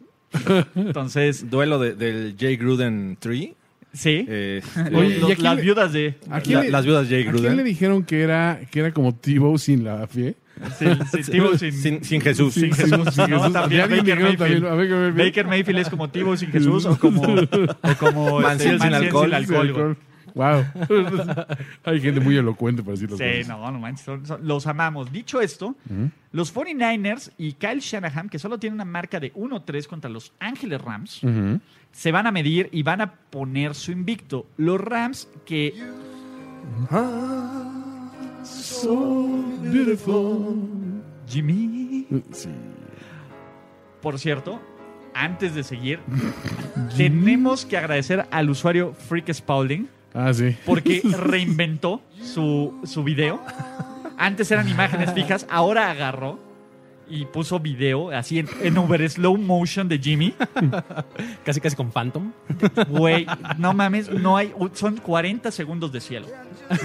A: Entonces,
C: Duelo de- del Jay Gruden 3.
A: sí.
C: Eh,
D: Oye,
A: Los-
D: ¿y a quién
A: las
D: le-
A: viudas de.
D: ¿A
C: la- las viudas
D: ¿a
C: Jay
D: quién
C: Gruden.
D: le dijeron que era, que era como Tibo sin la fie?
A: sin- sin- Tibo sin,
C: sin, sin Jesús.
A: sin Jesús.
D: sin
A: ¿no?
D: Jesús.
A: También
D: Ya alguien
A: Baker
D: dijeron también,
A: Mayfield.
D: a Baker Mayfield.
A: Baker Mayfield es como Tibo sin Jesús o como, o como
C: Manziel
A: este,
C: sin alcohol.
A: alcohol, güey.
D: Wow. Hay gente muy elocuente para decir las
A: Sí,
D: cosas.
A: no, no manches, son- son- los amamos. Dicho esto, los 49ers y Kyle Shanahan, que solo tienen una marca de 1-3 contra los Ángeles Rams,
D: Ujú.
A: se van a medir y van a poner su invicto. Los Rams que Jimmy,
D: Sí.
A: por cierto, antes de seguir, Tenemos que agradecer al usuario Freak Spalding
D: Ah, sí.
A: porque reinventó su, su video. Antes eran imágenes fijas, ahora agarró y puso video así en, en over slow motion de Jimmy.
B: Casi, casi con Phantom.
A: Güey, no mames, no hay. Son 40 segundos de cielo.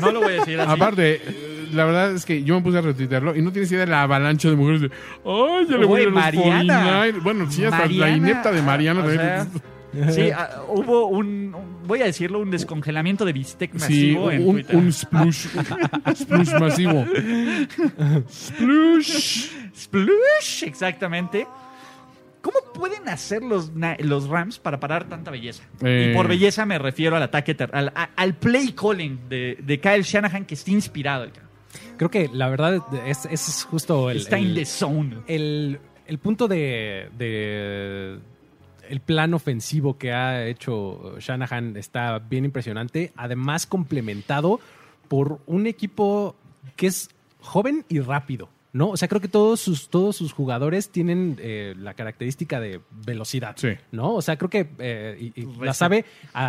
A: No lo voy a decir así.
D: Aparte, eh, la verdad es que yo me puse a retuitearlo y no tienes idea de la avalancha de mujeres de. ¡Ay, ya le voy
A: Güey,
D: a los
A: Mariana.
D: 49". Bueno, sí, hasta la
A: Mariana,
D: inepta de Mariana.
A: o
D: también.
A: sea, sí, ah, hubo un, un- voy a decirlo, un descongelamiento de bistec
D: sí,
A: masivo en
D: un,
A: Twitter.
D: un splush. splush masivo. splush.
A: Splush, exactamente. ¿Cómo pueden hacer los, na- los Rams para parar tanta belleza?
D: Eh.
A: Y por belleza me refiero al ataque, ter- al, a- al play calling de, de Kyle Shanahan que está inspirado. el cabrón.
B: Creo que la verdad es, es justo el.
A: está in
B: el,
A: the zone.
B: el, el punto de, de- el plan ofensivo que ha hecho Shanahan está bien impresionante, además complementado por un equipo que es joven y rápido. ¿No? O sea, creo que todos sus, todos sus jugadores tienen eh, la característica de velocidad.
D: Sí.
B: ¿No? O sea, creo que eh, y- y la
A: Resta-
B: sabe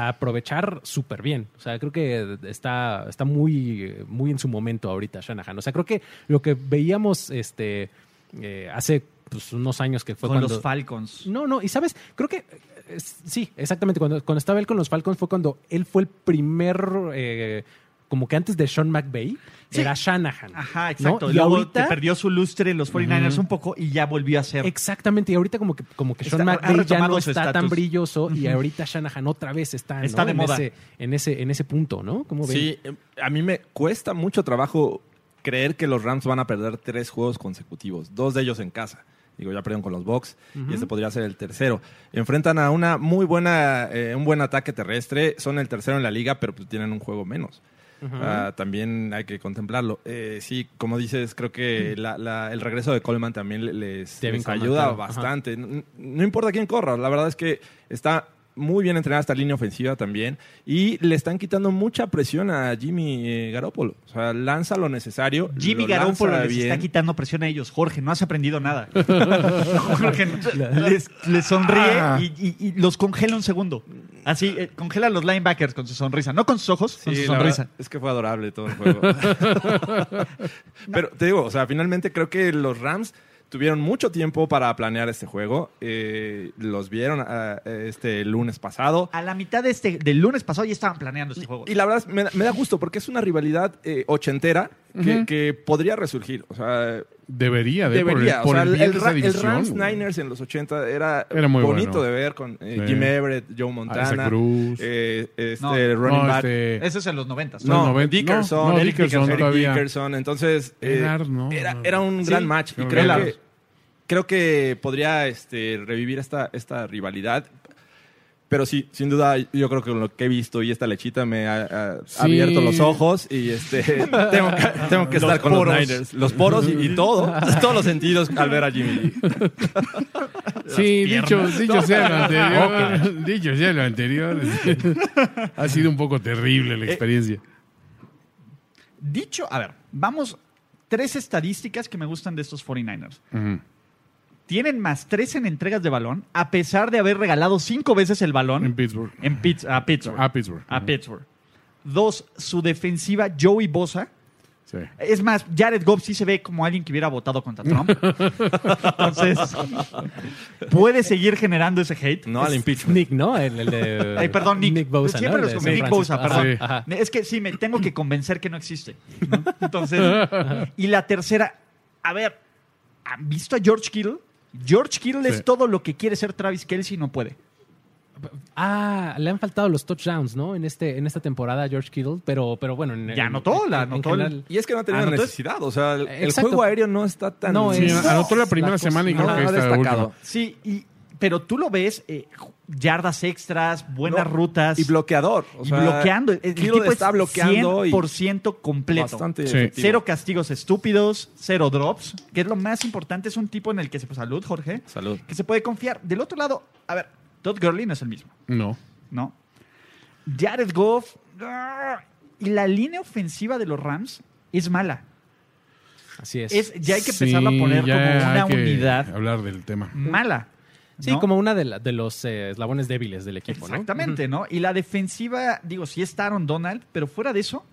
B: aprovechar súper bien. O sea, creo que está, está muy, muy en su momento ahorita Shanahan. O sea, creo que lo que veíamos este, eh, hace pues, unos años que fue
A: con
B: cuando...
A: los Falcons.
B: No, no, y sabes, creo que eh, es- sí, exactamente. Cuando, cuando estaba él con los Falcons fue cuando él fue el primer, eh, como que antes de Sean McVay,
A: Sí.
B: era Shanahan.
A: Ajá,
B: ¿no?
A: exacto.
B: Y
A: Luego
B: ahorita-
A: te perdió su lustre los 49ers un poco y ya volvió a ser.
B: Exactamente, y ahorita como que, como que Sean
A: Está- ha
B: McVay ya
A: retomado
B: no
A: su
B: está tan
A: estatus.
B: brilloso y ahorita Shanahan otra vez está, ¿no?
A: Está de
B: en,
A: moda.
B: Ese, en, ese, en ese punto, ¿no? ¿Cómo ven?
C: Sí, eh, a mí me cuesta mucho trabajo creer que los Rams van a perder tres juegos consecutivos, dos de ellos en casa. Digo, ya perdieron con los Bucks y este podría ser el tercero. Enfrentan a una muy buena, eh, un buen ataque terrestre. Son el tercero en la liga, pero pues tienen un juego menos. Ah, también hay que contemplarlo. Eh, sí, como dices, creo que la- la- el regreso de Coleman también le- les,
B: Devin
C: les
B: Coleman,
C: ayuda
B: claro. Ajá.
C: bastante. No, no importa quién corra, la verdad es que está muy bien entrenada esta línea ofensiva también y le están quitando mucha presión a Jimmy eh, Garoppolo. O sea, lanza lo necesario.
A: Jimmy
C: lo lanza
A: Garoppolo les
C: bien.
A: está quitando presión a ellos. Jorge, no has aprendido nada. Jorge, Ah. les, les sonríe y, y- y los congela un segundo. Así, eh, congela a los linebackers con su sonrisa. No con sus ojos,
C: Sí,
A: con su
C: la
A: sonrisa.
C: verdad es que fue adorable todo el juego. Pero te digo, o sea, finalmente creo que los Rams tuvieron mucho tiempo para planear este juego. Eh, los vieron ah, este lunes pasado.
A: A la mitad de este, del lunes pasado ya estaban planeando este juego.
C: Y la verdad es- me, da- me da gusto porque es una rivalidad eh, ochentera que, que podría resurgir. O sea,
D: Debería, de,
C: debería.
D: Por
C: o sea,
D: el, por el bien
C: el,
D: de esa
C: Ra- el
D: división,
C: Rams
D: güey.
C: Niners en los 80 era,
D: Era muy
C: bonito
D: bueno.
C: de ver con eh,
D: Sí.
C: Jim Everett, Joe Montana,
D: Isaac Bruce.
C: eh, este,
A: No.
C: running
D: No,
C: back.
D: este-
A: Eso es en los noventas.
D: No,
C: No,
D: 90.
C: Dickerson,
D: No, no,
C: Eric
D: Dickerson
C: Dickerson, Eric
D: todavía.
C: Dickerson. Entonces, eh,
D: Gerard, no,
C: era,
D: no.
C: era un
A: Sí,
C: gran match. Y
D: no,
C: creo
D: Gerard.
C: que, creo que podría este, revivir esta, esta rivalidad. Pero sí, sin duda, yo creo que con lo que he visto y esta lechita me ha, ha- ha
D: Sí.
C: abierto los ojos y este tengo que, tengo que estar con los Niners. Los poros y, y todo, todos los sentidos al ver a Jimmy.
D: Sí, dicho, dicho sea lo anterior. dicho sea lo anterior. ha sido un poco terrible la experiencia.
A: Dicho, a ver, vamos. Tres estadísticas que me gustan de estos 49ers.
D: Ujú.
A: Tienen más tres en entregas de balón, a pesar de haber regalado cinco veces el balón
D: En Pittsburgh.
A: en Pitts- a Pittsburgh.
D: A Pittsburgh.
A: a Pittsburgh. Dos, su defensiva Joey Bosa.
D: Sí.
A: Es más, Jared Goff sí se ve como alguien que hubiera votado contra Trump. Entonces, puede seguir generando ese hate.
C: No al impeachment.
B: Nick, ¿no? El, el de.
A: Ay, perdón, Nick.
B: Bosa.
A: Siempre
B: ¿no?
A: los
B: De
A: confundí,
B: San
A: Nick
B: Francisco.
A: Bosa, perdón.
B: Ajá, ajá.
A: Es que sí, me tengo que convencer que no existe. ¿no? Entonces, y la tercera, a ver, ¿han visto a George Kittle? George Kittle
D: Sí.
A: es todo lo que quiere ser Travis Kelsey y no puede.
B: Ah, le han faltado los touchdowns, ¿no? En este, en esta temporada a George Kittle, pero, pero bueno, en-
A: Ya
B: en-
A: anotó, la
B: en- en
A: anotó el-
B: general-
C: Y es que no ha tenido
B: Ah, ¿no?
C: necesidad. O sea, el, el
B: Exacto.
C: juego aéreo no está tan.
B: No,
D: Sí,
B: es-
D: anotó la primera
B: la cosa-
D: semana y creo
C: no,
D: que
C: ha
D: esta
C: destacado.
D: última.
A: Sí, y, pero tú lo ves, eh, yardas extras, buenas
C: No,
A: rutas.
C: Y bloqueador. o
A: y
C: sea,
A: bloqueando. El, el
C: Kittle
A: tipo
C: está
A: es
C: bloqueando y
A: 100% completo.
C: bastante
D: Sí.
C: efectivo.
A: Cero castigos estúpidos, cero drops, que es lo más importante. Es un tipo en el que se... pues, Salud, Jorge.
C: Salud.
A: Que se puede confiar. Del otro lado, a ver, Todd Gurley no es el mismo,
D: No.
A: ¿no? Jared Goff... ah, Y la línea ofensiva de los Rams es mala.
B: Así es.
A: Es, ya hay que empezarla a poner
D: ya
A: como una
D: hay que
A: unidad
D: Hablar del tema.
A: mala.
B: Sí,
A: ¿no?
B: como una de, la- de los eh, eslabones débiles del equipo, ¿no?
A: Exactamente, ¿no? Y la defensiva, digo, sí está Aaron Donald, pero fuera de eso,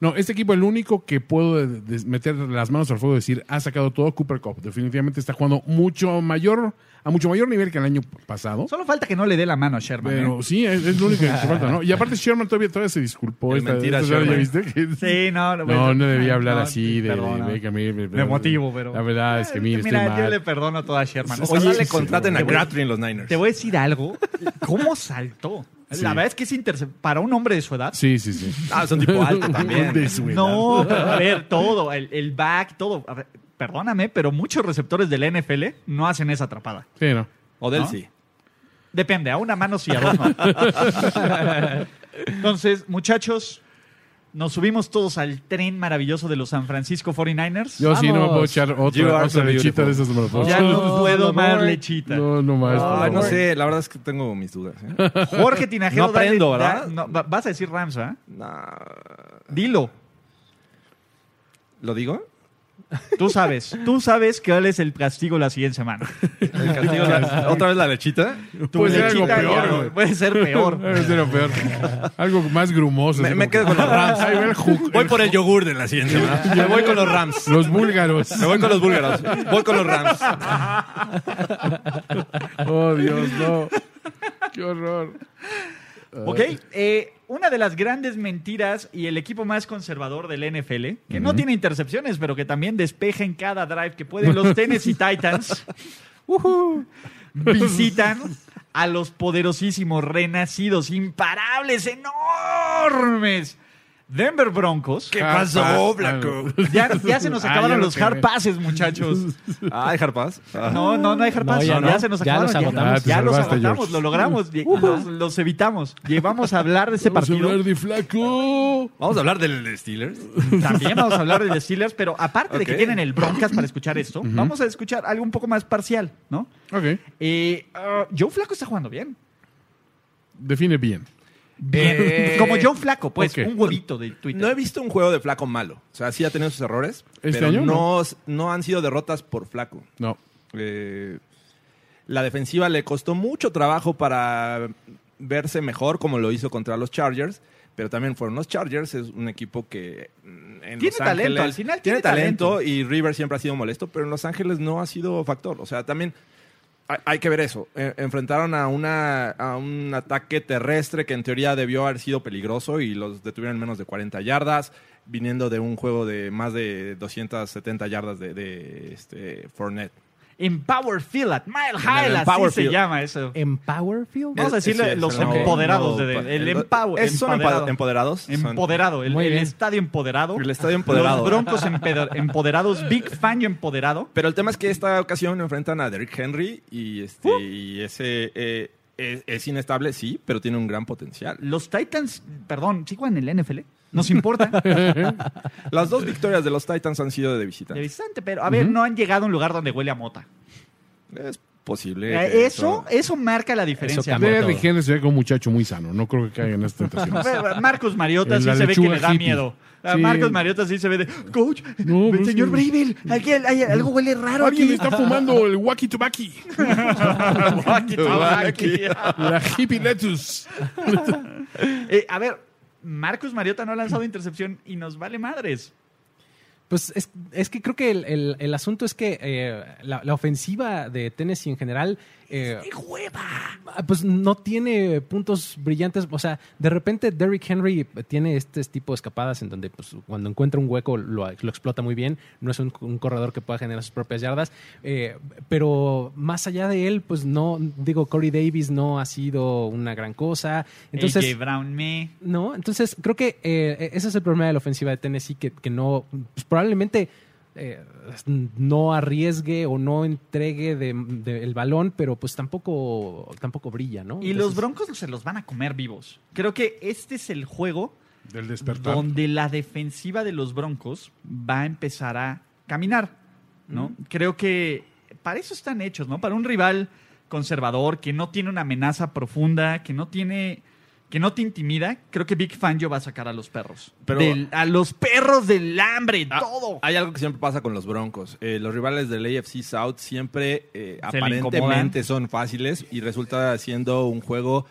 D: No, este equipo, el único que puedo de- de- meter las manos al fuego y decir, ha sacado todo Cooper Cup. Definitivamente está jugando mucho mayor, a mucho mayor nivel que el año pasado.
A: solo falta que no le dé la mano a Sherman. ¿eh?
D: Pero sí, es, es lo único que hace falta, ¿no? Y aparte Sherman todavía, todavía se disculpó.
C: El
D: esta-
C: mentira
D: esta- ¿ya
C: Sherman.
D: viste? Que-
A: Sí, no, no,
D: No,
A: bueno,
D: no debía hablar
A: no,
D: así de, de
A: perdóname.
D: Beckham, eh, bla, bla,
A: Me
D: bla.
A: motivo, pero.
D: La verdad es que mira, estoy
A: Eh, mira, yo
D: mal.
A: le perdono todo a Sherman.
C: Ojalá
A: Oye,
C: le contraten
A: te
C: a
A: voy-
C: Crabtree en los Niners.
A: Te voy a decir algo. ¿Cómo saltó? La verdad es que es interce- para un hombre de su edad.
D: Sí, sí, sí.
C: Ah, es un tipo alto también.
D: De su edad.
A: No, pero a ver, todo, el, el back, todo. A ver, perdóname, pero muchos receptores del NFL no hacen esa atrapada.
D: Sí, no.
C: Odell
A: ¿No?
C: sí.
A: Depende, a una mano sí, a dos no. Entonces, muchachos, nos subimos todos al tren maravilloso de los San Francisco 49ers.
D: Yo sí no me
B: Vamos.
D: puedo echar
C: You
D: otra,
C: are so
D: otra lechita
C: beautiful.
D: de esas. No, me la puedo
A: ya
D: echar.
A: no puedo
B: no,
A: más
B: boy.
A: lechita.
D: no, no más. Pues, por
C: Ay, no
D: favor.
C: sé, la verdad es que tengo mis dudas. ¿eh?
A: Jorge Tinajero.
C: No aprendo,
A: dale- da-
C: ¿verdad?
A: no, va- vas a decir Rams, ¿verdad?
C: Nah,
A: Dilo.
C: ¿Lo digo?
A: Tú sabes. Tú sabes cuál es el castigo la siguiente semana.
C: El castigo, la- ¿Otra vez la lechita? Pues
A: Tu
D: Puede ser algo
A: lechita
D: peor,
A: ya-
D: güey.
A: Puede ser peor.
D: Debe ser lo peor. Algo más grumoso.
C: Me,
D: así
C: me
D: como-
C: quedo con los Rams.
D: Ahí va el ju-
C: Voy por el yogur de la siguiente semana. Me voy con los Rams.
D: Los búlgaros.
C: Me voy con los búlgaros. Voy con los Rams.
D: Oh, Dios, no. Qué horror.
A: Ok. eh, una de las grandes mentiras y el equipo más conservador del NFL, que no tiene intercepciones, pero que también despeja en cada drive que puede, los Tennessee Titans ujú, visitan a los poderosísimos, renacidos, imparables, enormes Denver Broncos. Ah,
C: ¿Qué pasó, Blanco?
A: Ya, ya se nos
D: Ah,
A: acabaron
D: ya lo
A: los hard
D: quemé.
A: passes, muchachos.
C: Ay, Ah, Harpas.
A: No, no, no hay hard
B: No,
A: passes. ya,
B: ya no.
A: se nos
B: Ya
A: acabaron.
B: los agotamos.
D: Ah, te
A: ya los
D: salvaste,
A: agotamos,
D: George.
A: lo logramos. Ye- los, los evitamos. Llevamos a hablar de ese
D: Vamos a
A: partido.
D: hablar de flaco.
C: Vamos a hablar del Steelers.
A: También vamos a hablar de Steelers, pero aparte de que
C: Ok.
A: tienen el broncas para escuchar esto, vamos a escuchar algo un poco más parcial, ¿no?
D: Ok.
A: Eh, ah, Joe Flaco está jugando bien.
D: Define bien.
A: Bien.
C: Eh,
A: Como Joe Flaco, pues,
D: ok.
A: un huevito de Twitter.
C: No he visto un juego de flaco malo. O sea, sí ha tenido sus errores.
D: Este
C: pero
D: año,
C: no, no han sido derrotas por flaco.
D: No.
C: Eh, la defensiva le costó mucho trabajo para verse mejor, como lo hizo contra los Chargers. Pero también fueron los Chargers, es un equipo que. mm, En Los
A: Tiene talento,
C: Ángeles-
A: al final tiene
C: Tiene talento, y River siempre ha sido molesto, pero en Los Ángeles no ha sido factor. O sea, también hay, hay que ver eso. Eh, enfrentaron a, una, a un ataque terrestre que en teoría debió haber sido peligroso y los detuvieron en menos de 40 yardas, viniendo de un juego de más de 270 yardas de, de este, Fournette.
A: En Power Field, at Mile
C: En
A: High,
C: el
A: así
C: Power
A: se
C: Field. Eh,
A: llama eso.
B: ¿Empower Field?
A: Vamos a
C: Es-
A: decirle
C: es-
A: los
C: no,
A: empoderados
C: no,
A: de-
C: pa-
A: el
C: el-
A: empower.
C: es- son
A: empoderado.
C: empa- empoderados, son-
A: Empoderado, el,
B: Muy
A: el
B: bien.
A: estadio empoderado.
C: El estadio empoderado.
A: Los broncos empedo- empoderados, Big Fangio empoderado.
C: Pero el tema es que esta ocasión enfrentan a Derrick Henry y, este,
A: Uh.
C: y ese eh, es, es inestable, sí, pero tiene un gran potencial.
A: Los Titans, perdón, ¿sí juegan en el NFL? Nos importa.
C: Las dos victorias de los Titans han sido de visita.
A: De visitante, pero a ver, no han llegado a un lugar donde huele a mota.
C: Es posible.
A: Eh,
C: que
A: Eso, eso marca la diferencia.
B: Eso cambia.
D: Derrick Henry se ve como un muchacho muy sano. No creo que caiga en esta tentación.
A: Ve- Marcos Mariota
D: En
A: sí
D: la
A: se ve que
D: lechuga
A: le da
D: hippie.
A: miedo. A
D: Sí.
A: Marcos Mariota sí se ve de, coach,
D: No,
A: el
D: pero
A: señor
D: sí.
A: Bravel, aquí hay- hay algo huele raro
D: Alguien
A: aquí.
D: está fumando el Wacky Tobacco.
A: Aquí está aquí.
D: La hippie lettuce.
A: Eh, a ver, Marcos Mariota no ha lanzado intercepción y nos vale madres.
B: Pues es, es que creo que el, el- el asunto es que eh, la, la ofensiva de Tennessee en general. eh, Ah, Pues no tiene puntos brillantes. O sea, de repente Derrick Henry tiene este tipo de escapadas en donde pues, cuando encuentra un hueco lo, lo explota muy bien. No es un, un corredor que pueda generar sus propias yardas. Eh, pero más allá de él, pues no, digo, Corey Davis no ha sido una gran cosa. Entonces,
A: AJ Brown me.
B: no, entonces creo que eh, ese es el problema de la ofensiva de Tennessee, que, que no, pues, probablemente eh, no arriesgue o no entregue de- de el balón, pero pues tampoco, tampoco brilla, ¿no?
A: Y los
B: Entonces,
A: Broncos se los van a comer vivos. Creo que este es el juego
D: Del despertar.
A: donde la defensiva de los Broncos va a empezar a caminar, ¿no? Creo que para eso están hechos, ¿no? Para un rival conservador que no tiene una amenaza profunda, que no tiene que no te intimida, creo que Big Fangio va a sacar a los perros.
C: Pero-
A: Del- a los perros del hambre,
C: Ah,
A: todo.
C: Hay algo que siempre pasa con los Broncos. Eh, los rivales del AFC South siempre eh,
A: Se le
C: aparentemente
A: incomodan.
C: son fáciles y resulta siendo un juego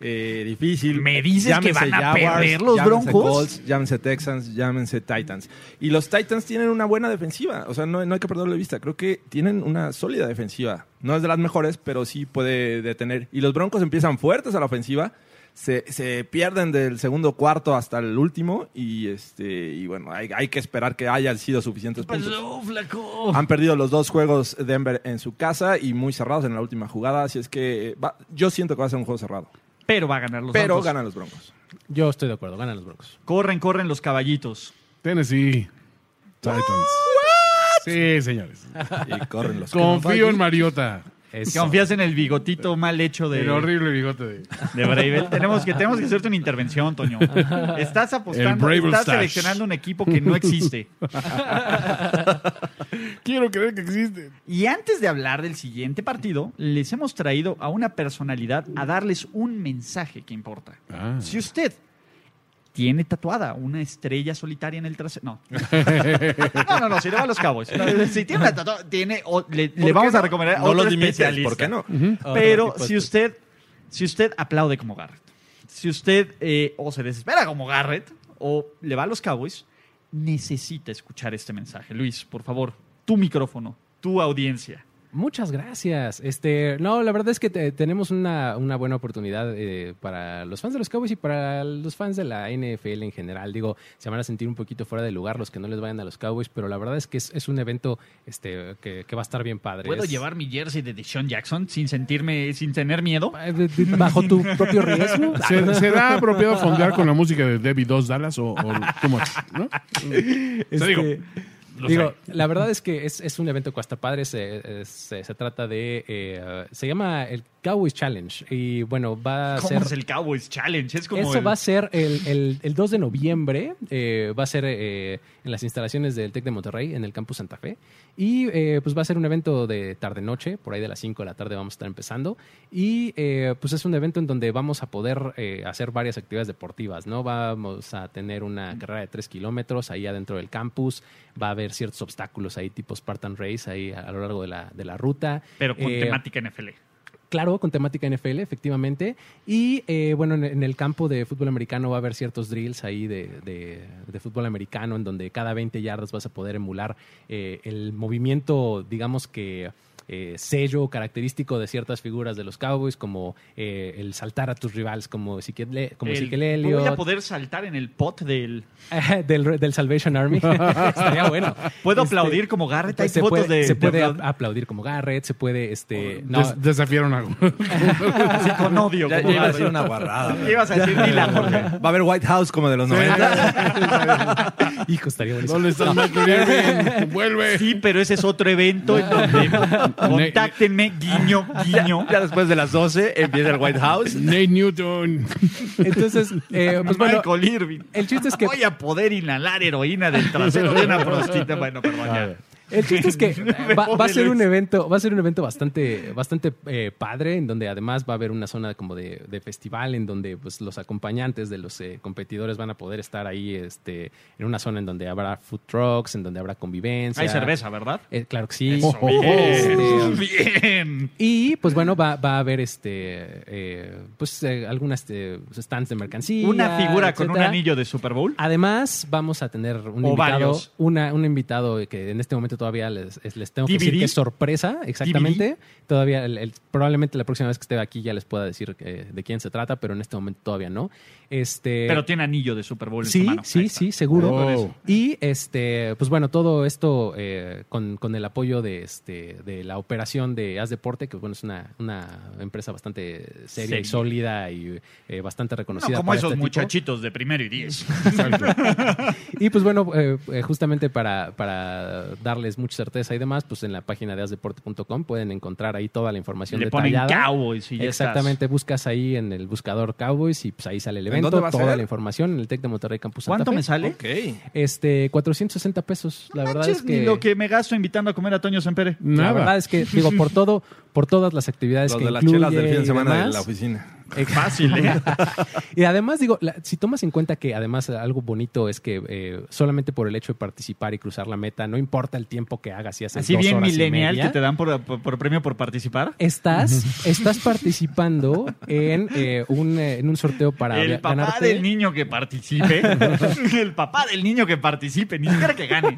C: eh, difícil.
A: ¿Me dices que van a perder los
C: llámense
A: Broncos?
C: Colts, llámense Texans, llámense Titans. Y los Titans tienen una buena defensiva. O sea, no, no hay que perderlo de vista. Creo que tienen una sólida defensiva. No es de las mejores, pero sí puede detener. Y los Broncos empiezan fuertes a la ofensiva. Se, se pierden del segundo cuarto hasta el último y este y bueno hay, hay que esperar que hayan sido suficientes puntos.
A: Pasó, flaco.
C: Han perdido los dos juegos Denver en su casa y muy cerrados en la última jugada. Así es que eh, va- yo siento que va a ser un juego cerrado.
A: Pero va a ganar los
C: pero
A: Broncos.
C: ganan los Broncos.
B: Yo estoy de acuerdo, ganan los Broncos.
A: Corren, corren los caballitos.
D: Tennessee Titans. Sí, señores.
C: Y corren los
D: Confío en Mariota.
A: Confías en el bigotito mal hecho de,
D: El horrible bigote de.
A: de Bravel. tenemos, que, tenemos que hacerte una intervención, Toño. Estás
D: El
A: apostando,
D: Bravel
A: estás
D: stash.
A: seleccionando un equipo que no existe.
D: Quiero creer que existe.
A: Y antes de hablar del siguiente partido, les hemos traído a una personalidad a darles un mensaje que importa.
D: Ah.
A: Si usted tiene tatuada una estrella solitaria en el trasero. No. no, no, no, si le va a los cabos. No, si tiene una tatuada, tiene, o- le, le vamos a recomendar a
C: No
A: otro
C: los limites,
A: especialista.
C: ¿por qué no?
A: Pero
B: Otro tipo de-
A: si usted, si usted aplaude como Garrett, si usted eh, o se desespera como Garrett o le va a los Cowboys, necesita escuchar este mensaje. Luis, por favor, tu micrófono, tu audiencia.
B: Muchas gracias. Este, no, la verdad es que te- tenemos una, una buena oportunidad eh, para los fans de los Cowboys y para los fans de la NFL en general. Digo, se van a sentir un poquito fuera de lugar los que no les vayan a los Cowboys, pero la verdad es que es, es un evento este, que, que va a estar bien padre.
A: ¿Puedo
B: Es-
A: llevar mi jersey de Deshaun Jackson sin sentirme, sin tener miedo?
B: Eh, de- de- Bajo tu propio riesgo.
D: ¿Se- ¿Será apropiado fondear con la música de Debbie Dos Dallas o, o too much, ¿no?
B: Este,
D: digo,
B: digo, la verdad es que es, es un evento que está padre. Se, eh, se, se trata de. eh, se llama el Cowboys Challenge. Y bueno, va a
A: ¿Cómo
B: ser.
A: es el Cowboys Challenge? Es como
B: Eso
A: el-
B: va a ser el, el- el 2 de noviembre, eh, va a ser eh, en las instalaciones del TEC de Monterrey, en el Campus Santa Fe. Y eh, pues va a ser un evento de tarde-noche, por ahí de las 5 de la tarde vamos a estar empezando. Y eh, pues es un evento en donde vamos a poder eh, hacer varias actividades deportivas, ¿no? Vamos a tener una
A: Mm.
B: carrera de 3 kilómetros ahí adentro del campus, va a haber ciertos obstáculos ahí tipo Spartan Race ahí a, a lo largo de la, de la ruta.
A: pero con
B: Eh,
A: temática NFL.
B: Claro, con temática NFL, efectivamente. Y eh, bueno, en, en el campo de fútbol americano va a haber ciertos drills ahí de, de- de fútbol americano en donde cada 20 yardas vas a poder emular eh, el movimiento, digamos que eh, sello característico de ciertas figuras de los Cowboys, como eh, el saltar a tus rivales, como Ezequiel, como
A: El-
B: Ezequiel
A: Voy a
B: Elliott,
A: poder saltar en el pot del...
B: del, del Salvation Army. Estaría bueno.
A: ¿Puedo
B: Este,
A: aplaudir como Garrett? Hay
B: pues se
A: fotos
B: puede,
A: de...
B: se
A: de
B: puede
A: aplaud- Oh,
B: aplaudir como Garrett, se puede... Este, no,
D: Des- desafiaron a.
A: Sí, con odio.
C: Ya,
A: como
C: ya iba a
A: Garrett.
C: decir una guarrada.
A: ¿Qué ibas a decir, Dylan? Jorge?
C: Va a haber White House como de los 90.
B: hijo, estaría buenísimo.
D: ¿Dónde está Michael Irving? ¡Vuelve!
A: Sí, pero ese es otro evento en donde contáctenme, guiño, guiño.
C: Ya después de las 12 empieza el White House.
D: Nate Newton.
B: Entonces, eh, pues bueno,
A: Michael Irving.
B: el chiste es que
A: Voy a poder inhalar heroína del trasero de una prostita. Bueno, perdón, ya.
B: el chiste es que va, va a
A: Pobre
B: ser un
A: Luis.
B: evento, va a ser un evento bastante, bastante eh, padre, en donde además va a haber una zona como de, de festival, en donde pues los acompañantes de los eh, competidores van a poder estar ahí, este, en una zona en donde habrá food trucks, en donde habrá convivencia.
A: Hay cerveza, ¿verdad?
B: Eh, claro que sí.
D: Eso, bien.
B: Este,
A: Bien.
B: Y pues bueno, va, va a haber este eh, pues eh, algunas este, stands de mercancía.
A: Una figura con un
B: etcétera.
A: anillo de Super Bowl.
B: Además, vamos a tener un
A: O
B: invitado,
A: varios.
B: una, un invitado que en este momento todavía les, es- les tengo que decir
A: DVD.
B: que es sorpresa, exactamente. Todavía, el- el- probablemente la próxima vez que esté aquí ya les pueda decir eh, de quién se trata, pero en este momento todavía no. Este,
A: Pero tiene anillo de Super Bowl en su
B: sí,
A: mano. Ahí
B: sí,
A: está.
B: sí, seguro.
D: Wow.
B: Y este, pues bueno, todo esto eh, con, con el apoyo de este, de la operación de Haz Deporte, que bueno, es una, una empresa bastante seria
A: Seria.
B: y sólida y eh, bastante
A: No,
B: reconocida.
A: como
B: para
A: esos
B: este tipo.
A: muchachitos de primero y diez.
B: Y pues bueno, eh, eh, justamente para, para darles mucha certeza y demás, pues en la página de asdeporte.com pueden encontrar ahí toda la información
A: Le ponen
B: detallada.
A: Cowboys y ya estás.
B: Exactamente, buscas ahí en el buscador Cowboys y pues ahí sale el
C: ¿En
B: evento,
C: dónde va a
B: toda
C: ser?
B: la información en el Tec de Monterrey Campus Santa
A: ¿Cuánto
B: Fe.
A: me sale?
C: Ok.
B: Este, 460 pesos. La verdad
A: Manches,
B: es
A: ni
B: que Mm.
A: lo que me gasto invitando a comer a Toño Sempere.
B: la verdad
D: Nada.
B: es que digo por todo por todas las actividades
C: Los
B: que
C: de las
B: incluye
C: chelas del fin
B: y
C: de semana de
B: demás,
C: la oficina.
A: Fácil, ¿eh?
B: Y además, digo, la- si tomas en cuenta que además algo bonito es que eh, solamente por el hecho de participar y cruzar la meta, no importa el tiempo que hagas, si haces
A: Así
B: dos
A: bien
B: horas y
A: millennial
B: media, Eh,
A: que te dan por, por- por premio por participar.
B: Estás, estás participando en, eh, un, eh, en un sorteo para
A: El
B: ga-
A: papá
B: ganarte.
A: del niño que participe. el papá del niño que participe. Ni siquiera que gane.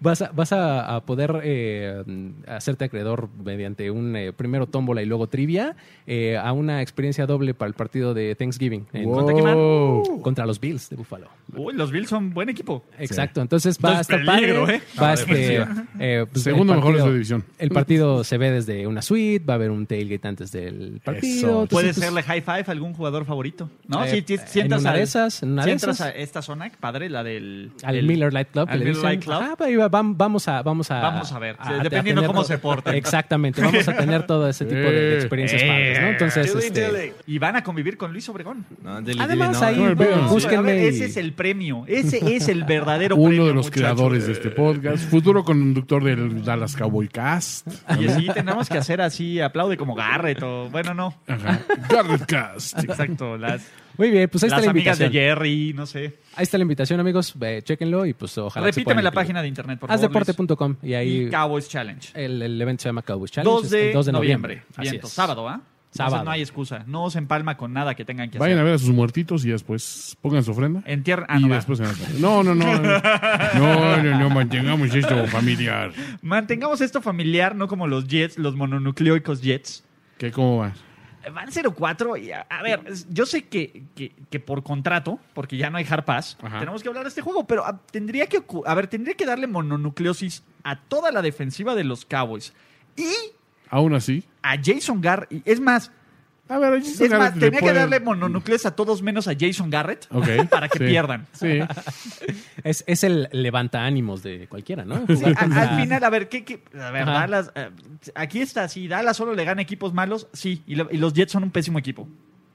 B: Vas a, vas a, a poder eh, hacerte acreedor mediante un eh, primero tómbola y luego trivia eh, a una experiencia doble para el partido de Thanksgiving en-
A: ¿Contra quién van?
B: contra los Bills de Buffalo.
A: Uy, los Bills son buen equipo.
B: Exacto, entonces va a
A: Entonces,
B: estar
A: peligro,
B: padre,
A: ¿eh?
B: va
A: Ah,
B: a este, eh, pues,
D: Segundo
B: el
D: mejor de
B: partido-
D: su división.
B: El partido se ve desde una suite, va a haber un tailgate antes del partido. entonces,
A: Puede
B: pues,
A: serle high five a algún jugador favorito. ¿No?
B: Eh,
A: si, si- si
B: en
A: entras
B: una
A: al-
B: de esas, en una
A: si
B: de
A: entras
B: esas.
A: a esta zona, padre, la del.
B: al
A: el-
B: Miller Light
A: al
B: Club. que le
A: Miller
B: dicen,
A: Light Club.
B: "Ah, pero ahí va, vam- vamos a vamos a
A: Vamos a ver, dependiendo
B: tener
A: cómo
B: todo-
A: se porten.
B: Exactamente, vamos a tener todo ese tipo de, de experiencias
A: Eh.
B: padres, ¿no? Entonces,
C: Dilly,
B: este,
C: dilly.
A: Y van a convivir con Luis Obregón.
C: No, dile,
B: además
C: dile,
B: ahí
C: no.
D: No, pero-
B: bueno,
A: A ver,
B: búsquenme y-
A: ese es el premio. Ese es el verdadero premio.
D: Uno de los
A: muchachos.
D: creadores de este podcast, futuro conductor del Dallas Cowboy Cast.
A: Y así tenemos que hacer así, aplaude como Garrett o. Bueno, no.
D: Ajá. Garrett Cast.
A: Exacto. Las,
B: Muy bien, pues ahí está
A: las
B: la
A: amigas de
B: invitación.
A: Jerry, no sé.
B: Ahí está la invitación, amigos, eh, chéquenlo y pues ojalá se
A: Repíteme
B: puedan
A: la
B: incluir.
A: página de internet, por favor. Luis.
B: Hazdeporte.com y ahí
A: Y Cowboys Challenge.
B: el, el evento se llama Cowboys Challenge.
A: 2 de,
B: es el
A: noviembre.
B: Así
A: Vientos,
B: es.
A: sábado, ¿ah? Sábado.
B: Sábado.
A: no hay excusa. No se empalma con nada que tengan que
D: Vayan a
A: hacer.
D: ver a sus muertitos y después pongan su ofrenda.
A: En tierra. Ah,
D: y
A: no, va.
D: después en la- no, no, no, no, no, no, no, mantengamos esto familiar.
A: Mantengamos esto familiar, no como los Jets, los mononucleoicos Jets.
D: ¿Qué cómo va?
A: Van 0-4 y a, a ver, es- yo sé que, que- que por contrato, porque ya no hay hard pass,
D: Ajá.
A: tenemos que hablar de este juego, pero ah, tendría que ocu- a ver, tendría que darle mononucleosis a toda la defensiva de los Cowboys y
D: Aún así,
A: a Jason Garrett. y Es más,
D: a ver,
A: es más, tenía que darle mononucleosis a todos menos a Jason Garrett
D: Ok,
A: para que
D: sí.
A: pierdan.
D: Sí,
B: Es, es el levanta ánimos de cualquiera, ¿no?
A: Sí,
B: Jugar
A: a- al
B: contra-
A: final, a ver, ¿qué, qué? A ver,
B: Ajá.
A: Dallas, eh, aquí está, si Dallas solo le gana equipos malos, sí, y, lo- y los Jets son un pésimo equipo.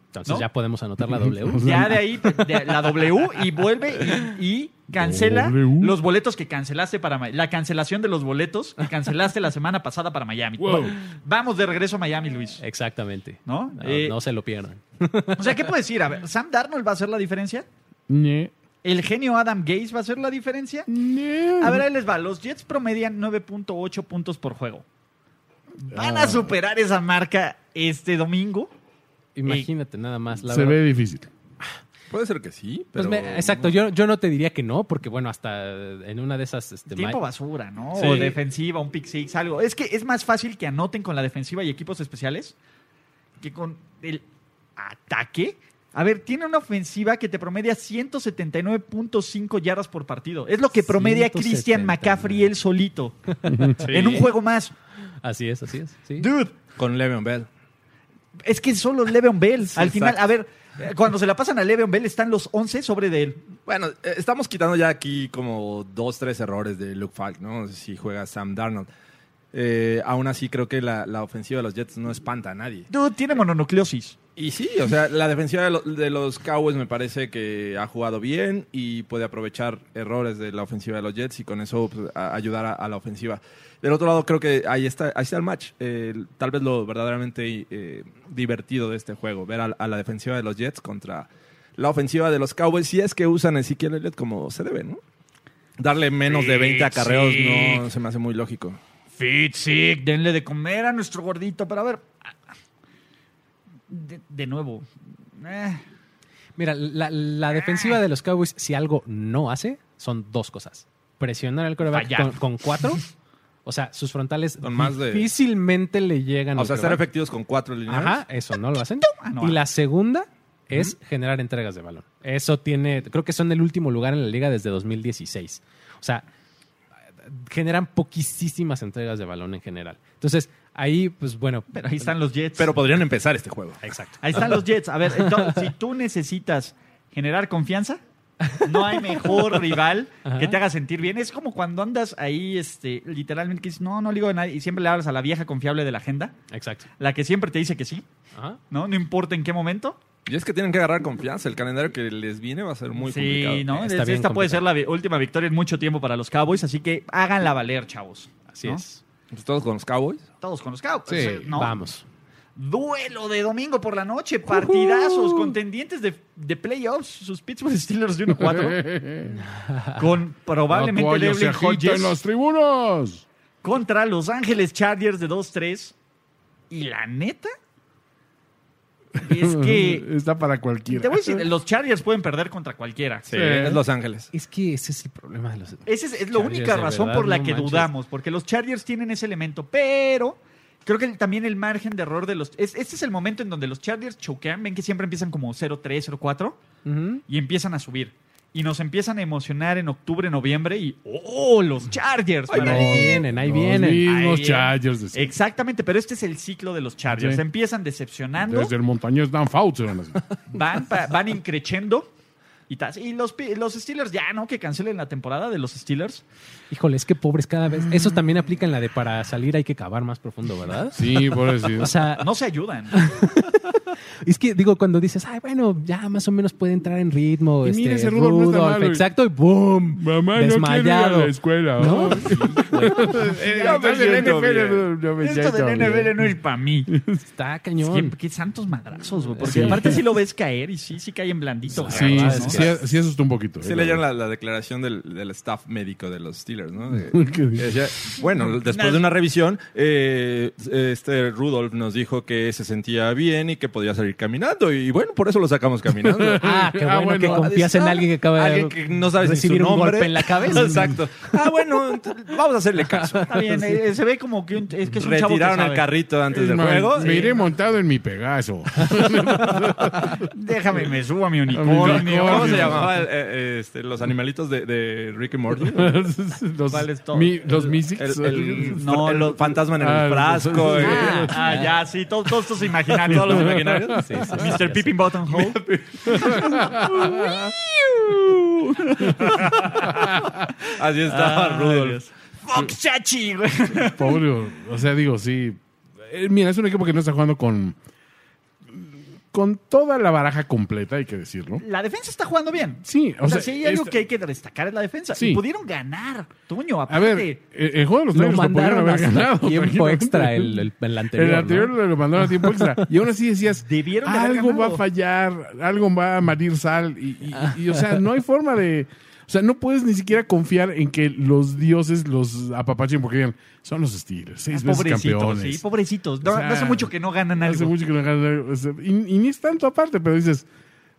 B: Entonces
A: ¿no?
B: ya podemos anotar la W.
A: Ya de ahí, de- la W y vuelve y, y cancela
D: W.
A: los boletos que cancelaste para Ma- La cancelación de los boletos que cancelaste la semana pasada para Miami.
D: Wow.
A: Vamos de regreso a Miami, Luis.
B: Exactamente.
A: ¿No?
B: No,
A: Eh,
B: no se lo pierdan.
A: O sea, ¿qué puedes decir? A ver, ¿Sam Darnold va a hacer la diferencia?
D: Ne,
A: ¿El genio Adam Gaze va a hacer la diferencia?
D: ne.
A: A ver, ahí les va. Los Jets promedian 9.8 puntos por juego. ¿Van
B: Ah.
A: a superar esa marca este domingo?
B: Imagínate nada más. La
D: se
B: verdad.
D: ve difícil.
C: Puede ser que sí,
B: Pues
C: pero...
B: me- exacto, yo, yo no te diría que no, porque bueno, hasta en una de esas... Este,
A: Tiempo
B: ma-
A: basura, ¿no?
C: Sí.
A: O defensiva, un pick six, algo. Es que es más fácil que anoten con la defensiva y equipos especiales que con el ataque. A ver, tiene una ofensiva que te promedia 179.5 yardas por partido. Es lo que promedia Christian
B: 179.
A: McCaffrey él solito. En un juego más.
B: Así es, así es. sí.
A: Dude,
C: Con Le'Veon Bell.
A: Es que solo Le'Veon Bell. Al final,
C: exacto.
A: a ver, eh, cuando se la pasan a Le'Veon Bell están los 11 sobre de él.
C: Bueno, eh, estamos quitando ya aquí como dos, tres errores de Luke Falk, ¿no? Si juega Sam Darnold. Eh, aún así, creo que la, la ofensiva de los Jets no espanta a nadie.
A: Dude, tiene mononucleosis.
C: Y sí, o sea, la defensiva de, lo- de los Cowboys me parece que ha jugado bien y puede aprovechar errores de la ofensiva de los Jets y con eso pues, a- ayudar a, a la ofensiva. Del otro lado, creo que ahí está, ahí está el match. Eh, tal vez lo verdaderamente eh, divertido de este juego, ver a, a la defensiva de los Jets contra la ofensiva de los Cowboys, si es que usan a Ezequiel Elliott como se debe, ¿no? Darle menos de 20 acarreos no se me hace muy lógico.
A: Fitzik, denle de comer a nuestro gordito. Pero a ver. De, de nuevo. eh,
B: Mira, la, la defensiva de los Cowboys, si algo no hace, son dos cosas. Presionar al coreback
A: Fallar.
B: con, con cuatro. O sea, sus frontales
C: Son más de-
B: difícilmente le llegan
C: O
B: al
C: sea, estar
B: quarterback.
C: efectivos con cuatro líneas.
B: Ajá, eso no lo hacen.
A: Ah, no
B: y
A: hago.
B: la segunda es generar entregas de balón. Eso tiene, creo que son el último lugar en la liga desde 2016. O sea, generan poquísimas entregas de balón en general. Entonces, ahí, pues bueno,
A: pero ahí están los Jets.
C: Pero podrían empezar este juego.
B: exacto.
A: ahí están los Jets. A ver, entonces, si tú necesitas generar confianza, no hay mejor rival que te haga sentir bien. Es como cuando andas ahí, este, literalmente, que dices, no, no le digo a nadie. Y siempre le hablas a la vieja confiable de la agenda,
B: Exacto.
A: la que siempre te dice que sí,
B: Ajá.
A: ¿no? No importa en qué momento.
C: Y es que tienen que agarrar confianza. El calendario que les viene va a ser muy
A: sí,
C: complicado.
A: ¿no?
B: Está
A: Es-
B: bien
A: Esta puede
B: complicado.
A: ser la vi- última victoria en mucho tiempo para los Cowboys, así que háganla valer, chavos.
B: Así
A: ¿no?
B: es.
C: Pues todos con los Cowboys.
A: Todos con los Cowboys.
D: Sí,
A: ¿no?
B: Vamos.
A: Duelo de domingo por la noche,
B: Uh-huh.
A: partidazos, contendientes de, de playoffs, sus Pittsburgh Steelers de 1-4, con probablemente
D: Apoyo se
A: Devlin
D: agita
A: Hodges
D: en los tribunos.
A: contra Los Ángeles Chargers de 2-3. Y la neta es que,
D: Está para cualquiera.
A: te voy a decir, los Chargers pueden perder contra cualquiera.
C: Sí, es Los Ángeles.
B: Es que ese es el problema de los.
A: Esa es, es la
B: Chargers,
A: única
B: de
A: razón
B: verdad,
A: por la
B: no
A: que
B: manches.
A: dudamos, porque los Chargers tienen ese elemento, pero creo que el- también el margen de error de los... es- este es el momento en donde los Chargers choquean, ven que siempre empiezan como 0-3, 0-4
B: Ujú.
A: y empiezan a subir. Y nos empiezan a emocionar en octubre, noviembre y ¡oh, los Chargers! para
B: Ahí vienen, ahí
D: Los
B: vienen.
D: mismos
A: Ahí, eh.
D: Chargers. de-
A: Exactamente, pero este es el ciclo de los Chargers.
D: Sí.
A: Empiezan decepcionando,
D: Desde el montañés Dan Faut se van así.
A: van, pa- van increciendo y, tas- y los, pi- los Steelers, ya no, que cancelen la temporada de los Steelers.
B: Híjole, es que pobres cada vez. Eso también aplica en la de para salir hay que cavar más profundo, ¿verdad?
D: Sí, por decir.
B: O sea,
A: No se ayudan.
B: es que digo, cuando dices, ay, bueno, ya más o menos puede entrar en ritmo.
D: Y
B: este,
D: mira, ese Rudolph no está
B: Rudolph,
D: malo.
B: Exacto, y boom.
D: Mamá, no quiero ir
B: desmayado.
D: a la escuela. oh.
B: ¿No?
D: Eh,
A: Ya me
D: estás en
A: siento
D: NFL,
A: bien.
D: no me
A: Esto
D: siento
A: del
D: bien.
A: NFL no es para mí.
B: Está
A: Es
B: cañón.
A: que, qué santos madrazos, güey. Porque
B: Sí.
A: aparte sí lo ves caer y sí, sí cae en blandito.
D: Sí,
A: cabrón, ¿no?
D: sí, sí, sí asustó un poquito.
C: Sí
D: eh,
C: leyeron la, la declaración del, del staff médico de los Steelers, ¿no? De-
D: ¿Qué
C: que
D: dice?
C: decía, bueno, después de una revisión, eh, este Rudolf nos dijo que se sentía bien y que podía salir caminando. Y bueno, por eso lo sacamos caminando.
B: Ah, qué
D: Ah,
B: bueno, que
D: bueno.
B: confías en alguien que acaba de
C: Alguien que no sabes ni su
B: recibir un
C: nombre.
B: golpe en la cabeza.
C: Exacto. Ah, bueno, ent- vamos a hacerle caso.
A: Está bien, eh, se ve como que un- es que es un chavo que
C: Retiraron
A: sabe.
C: el carrito antes
D: Es
C: del
D: más,
C: juego.
D: Me iré montado en mi Pegaso.
A: Déjame, me subo a mi
D: A mi
A: unicornio.
D: unicornio.
C: ¿Cómo se llamaba el, eh, eh, este, los animalitos de, de Rick y Morty?
D: los,
A: ¿Cuál es todo?
D: mi- los Mystics.
C: El, el-
A: No,
C: el
A: lo-
C: fantasma en el
D: Ah,
C: frasco. eh.
A: Ah, ah, ya, sí, todos, todos estos imaginarios.
C: Todos los imaginarios.
A: Mr. Pippin Buttonhole.
C: Así estaba
A: Ay,
C: Rudolf.
A: Dios. Fuck Chachi, güey.
D: Pobre, o sea, digo, sí. Eh, mira, es un equipo que no está jugando con. Con toda la baraja completa, hay que decirlo.
A: La defensa está jugando bien.
D: Sí, o
A: O sea,
D: sea.
A: sí, hay algo
D: esta-
A: que hay que destacar es la defensa.
D: Sí.
A: Y pudieron ganar, Toño, aparte.
D: A ver, eh, el juego de los
B: Lo
D: Niners lo pudieron
B: mandaron
D: haber
B: hasta
D: ganado.
B: tiempo
D: tranquilamente.
B: extra el, el, el anterior.
D: el
B: ¿no?
D: anterior lo mandaron a tiempo extra. Y aún así decías,
A: Debieron de haber
D: algo va
A: ganado.
D: a fallar, algo va a marir sal. Y, y- y, o sea, no hay forma de... O sea, no puedes ni siquiera confiar en que los dioses los apapachen porque digan, son los Steelers, seis veces
A: pobrecitos,
D: campeones.
A: sí, pobrecitos. No,
D: O sea,
A: no hace mucho que no ganan
D: Hace
A: algo.
D: mucho que no ganan, o sea, y, y ni es tanto aparte, pero dices,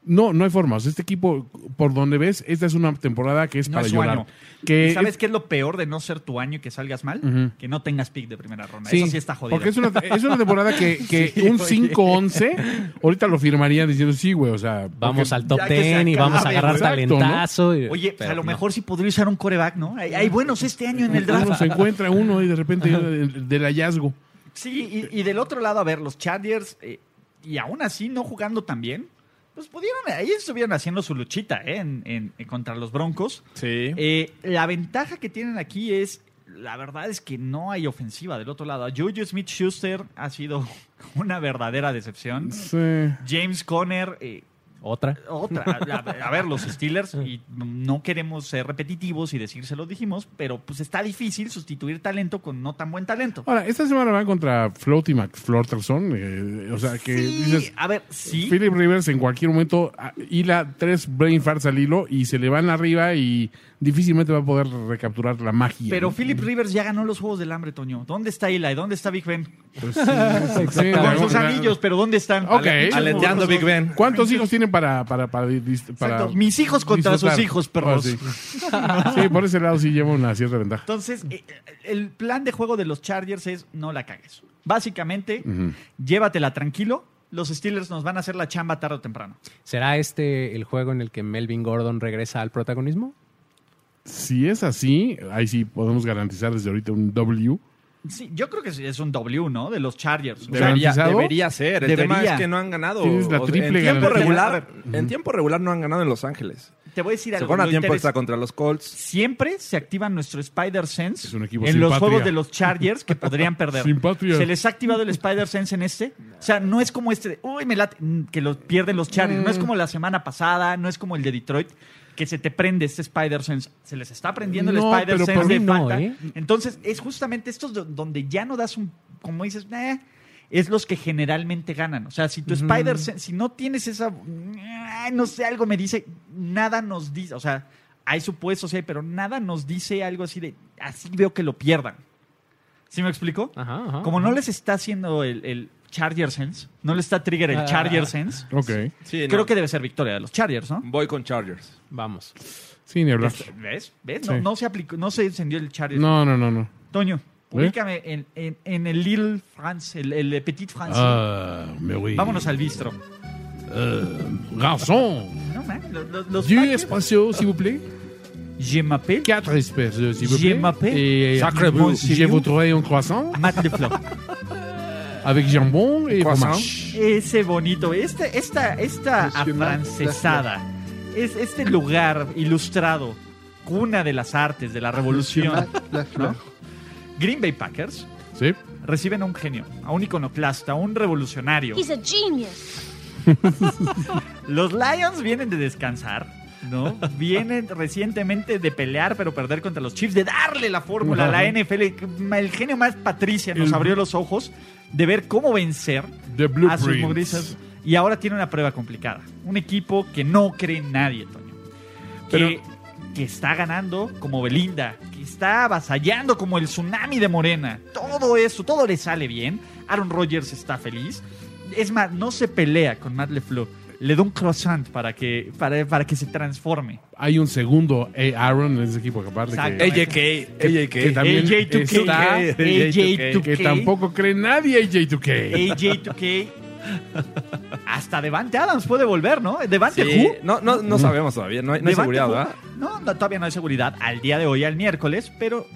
D: no, no hay forma. O sea, este equipo, por donde ves, esta es una temporada que es
A: No
D: para
A: es su
D: llorar.
A: año.
D: Que
A: ¿Y ¿Sabes
D: es-
A: qué es lo peor de no ser tu año y que salgas mal? Que no tengas pick de primera ronda.
D: Sí,
A: Eso sí está jodido.
D: Porque es una, es una temporada que, que un 5-11, ahorita lo firmarían diciendo, sí, güey, o sea.
B: Vamos
D: porque-
B: al top
A: ya que se
B: 10 y vamos a
A: acabe,
B: agarrar
D: güey. Exacto, ¿no?
B: talentazo. y-
A: Oye,
B: pero
A: a lo
B: no.
A: mejor sí podría usar un coreback, ¿no? Hay, hay buenos este año en el
D: Uno
A: draft.
D: se encuentra uno y de repente del, del hallazgo.
A: Sí, y, y del otro lado, a ver, los Chargers, eh, y aún así no jugando tan bien, pues pudieron, ahí estuvieron haciendo su luchita, ¿eh? En, en- en contra los Broncos.
C: Sí.
A: Eh, la ventaja que tienen aquí es, la verdad es que no hay ofensiva del otro lado. Juju Smith-Schuster ha sido una verdadera decepción. James Conner, eh,
B: Otra.
A: otra. A, a ver, los Steelers, y no queremos ser repetitivos y decir se lo dijimos, pero pues está difícil sustituir talento con no tan buen talento.
D: Ahora, esta semana van contra Floaty McFlorterson. eh, o sea, que
A: Sí,
D: dices.
A: a ver, sí.
D: Philip Rivers en cualquier momento ah, hila tres brain farts al hilo y se le van arriba y difícilmente va a poder recapturar la magia.
A: Pero
D: ¿no?
A: Philip Rivers ya ganó los Juegos del Hambre, Toño. ¿Dónde está Eli? ¿Dónde está Big Ben?
D: Pues sí, sí, sí,
A: Con
D: la-
A: sus
D: la-
A: anillos, pero ¿dónde están?
D: Ok.
C: Aleteando Big Ben.
D: ¿Cuántos hijos tienen para, para, para, dis- para
A: Exacto. Mis hijos contra
D: disfrutar?
A: sus hijos, perros.
D: Ah, sí. Sí, por ese lado sí lleva una cierta ventaja.
A: Entonces, eh, el plan de juego de los Chargers es no la cagues. Básicamente, llévatela tranquilo. Los Steelers nos van a hacer la chamba tarde o temprano.
B: ¿Será este el juego en el que Melvin Gordon regresa al protagonismo?
D: Si es así, ahí sí podemos garantizar desde ahorita un W.
A: Sí, yo creo que sí, es un W, ¿no? De los Chargers. O sea,
C: Debería,
D: ¿Garantizado?
C: debería ser. El
A: Debería.
C: tema es que no han ganado.
D: Tienes la
C: O sea,
D: triple
C: en tiempo
D: garantía.
C: regular. En tiempo regular no han ganado en Los Ángeles.
A: te voy a decir
C: Se
A: algo.
C: fueron a
A: lo
C: tiempo
A: interes-
C: extra contra los Colts.
A: Siempre se activa nuestro Spider Sense
D: Es un equipo
A: en
D: sin
A: los
D: patria.
A: juegos de los Chargers que podrían perder.
D: Sin patria.
A: ¿Se les ha activado el Spider Sense en este? O sea, no es como este de, uy, me late, mm, que los pierden los Chargers.
D: Mm.
A: No es como la semana pasada, no es como el de Detroit, que se te prende este Spider Sense. Se les está prendiendo
D: No,
A: el Spider
D: pero
A: Sense
D: por
A: de
B: mí no,
A: falta.
B: ¿eh?
A: Entonces, es justamente estos do- donde ya no das un, como dices, "Nah", es los que generalmente ganan. O sea, si tu Spider, si no tienes esa, ay, no sé, algo me dice, nada nos dice, o sea, hay supuestos, sí hay, pero nada nos dice algo así de, así veo que lo pierdan. ¿Sí me explico?
B: Ajá, ajá.
A: Como no les está haciendo el, el Charger Sense, no le está trigger el
B: Ah.
A: Charger Sense,
D: Ok.
C: Sí,
A: creo
C: no.
A: que debe ser victoria de los Chargers, ¿no? Este,
C: Voy con Chargers.
B: Vamos.
D: Sin ni hablar.
A: ¿Ves? ¿Ves? No,
D: Sí.
A: no se aplicó, no se encendió el Charger.
D: No, no, no, no.
A: Toño, ubícame en, en- en el Little France, el, el Petit France.
D: Ah, me voy.
A: Vámonos al bistro.
D: Garçon,
A: No, man, los, los- los
D: du
A: Packers-
D: espacio, s'il vous plaît.
A: Je m'appelle
D: Quatre espacios, s'il vous
A: Je
D: plaît.
A: m'appelle
D: Et
A: Sacré Bleu.
D: Je vous trouver un croissant
A: Matt LeFleur.
D: avec jambon et
C: Croissant.
D: fromage.
A: Ese bonito, este, esta, esta afrancesada, es este lugar ilustrado, cuna de las artes, de la revolución. ¿no? Green Bay Packers
D: Sí.
A: reciben a un genio, a un iconoclasta, a un revolucionario.
G: He's a genius.
A: Los Lions vienen de descansar, ¿no? Vienen recientemente de pelear, pero perder contra los Chiefs, de darle la fórmula a la NFL. El genio más Patricia nos
D: El-
A: abrió los ojos de ver cómo vencer
D: The
A: a sus
D: blueprint.
A: mugrizas. Y ahora tiene una prueba complicada. Un equipo que no cree en nadie, Toño. Que,
D: Pero-
A: que está ganando como Belinda, que está avasallando como el tsunami de Morena. Todo eso, todo le sale bien. Aaron Rodgers está feliz. Es más, no se pelea con Matt LeFleur. Le da un croissant para que, para, para que se transforme.
D: Hay un segundo eh, Aaron en ese equipo, que aparte
A: Exacto.
D: que,
C: AJK.
D: que también
A: AJ2K.
D: está-
A: AJ2K.
D: que tampoco cree nadie AJ2K.
A: AJ2K. Hasta Devante Adams puede volver, ¿no? Devante
C: Sí.
A: Who.
C: No, no, no sabemos todavía. No hay, no hay
A: Levante
C: seguridad,
A: Who.
C: ¿verdad?
A: No, no, todavía no hay seguridad al día de hoy, al miércoles, pero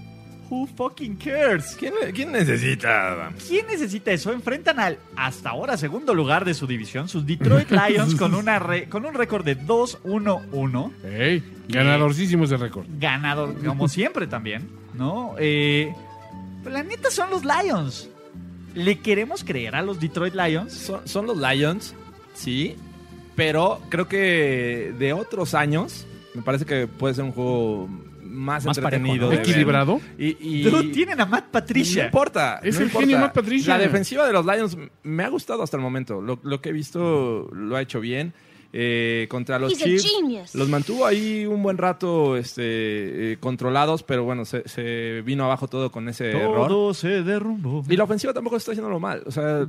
A: who fucking cares?
C: ¿Quién, quién necesita? Adams?
A: ¿Quién necesita eso? Enfrentan al hasta ahora segundo lugar de su división, sus Detroit Lions con, una re- con un récord de 2-1-1,
D: Ey, ganadorcísimo ese récord.
A: ganador como siempre también, ¿no? Eh, la neta son los Lions. ¿Le queremos creer a los Detroit Lions?
C: Son, son los Lions, sí. Pero creo que de otros años, me parece que puede ser un juego más,
B: Más parejo,
C: entretenido.
B: ¿no?
C: de ver.
D: Equilibrado.
C: Y, y-
A: Dude, tienen a Matt
C: No
A: Patricia.
C: importa.
D: Es
C: no
D: el
C: importa.
D: genio Matt Patricia.
C: La defensiva de los Lions me ha gustado hasta el momento. Lo, lo que he visto lo ha hecho bien. Eh, contra los
G: He's a
C: Chiefs
G: genius.
C: los mantuvo ahí un buen rato este, eh, controlados, pero bueno, se, se vino abajo todo con ese error.
A: Todo se derrumbó.
C: Y la ofensiva tampoco está haciéndolo mal. O sea,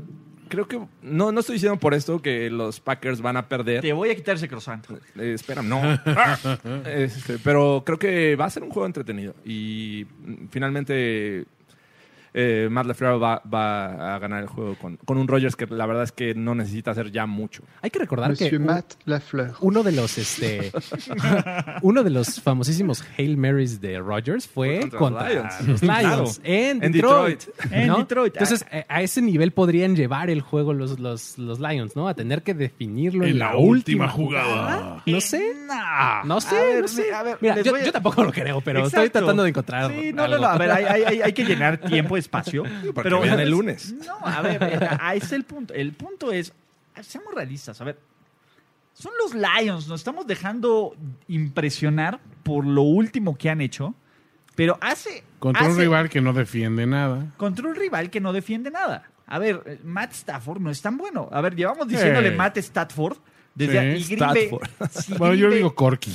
C: creo que no, no estoy diciendo por esto que los Packers van a perder.
A: Te voy a quitar ese croissant.
C: Eh, espera, no. Ah. Este, pero creo que va a ser un juego entretenido. Y mm, finalmente eh, Matt LaFleur va, va a ganar el juego con, con un Rogers que la verdad es que no necesita hacer ya mucho.
B: Hay que recordar que
H: Monsieur
B: un-
H: Matt Lafleur.
B: uno de los este uno de los famosísimos Hail Marys de Rogers fue
C: Fue
B: contra,
C: contra los
B: los Lions,
A: Claro.
B: en,
C: En
B: Detroit,
C: Detroit.
B: ¿no?
A: En Detroit.
B: Entonces, eh, a ese nivel podrían llevar el juego los, los, los Lions, ¿no? A tener que definirlo en,
D: En la última jugada.
B: No sé.
A: Nah.
B: No sé,
A: A ver,
B: no sé.
A: a ver,
B: Mira,
A: les
B: yo,
A: voy a-
B: yo tampoco lo creo, pero estoy
A: Exacto.
B: tratando de encontrar.
A: Sí, no, no,
B: algo.
A: no, a ver, hay, hay- hay- hay que llenar tiempo, espacio.
C: para
A: pero
C: que vean el lunes.
A: No, a ver, ahí está el punto. El punto es, seamos realistas, a ver. Son los Lions, nos estamos dejando impresionar por lo último que han hecho, pero hace...
D: Contra un
A: hace-
D: rival que no defiende nada.
A: Contra un rival que no defiende nada. A ver, eh, Matt Stafford no es tan bueno. A ver, llevamos diciéndole
D: Sí.
A: Matt Stafford desde...
D: Sí,
A: y Green Bay- sí,
D: Bueno,
A: Green
D: yo le
A: Bay-
D: digo Corky.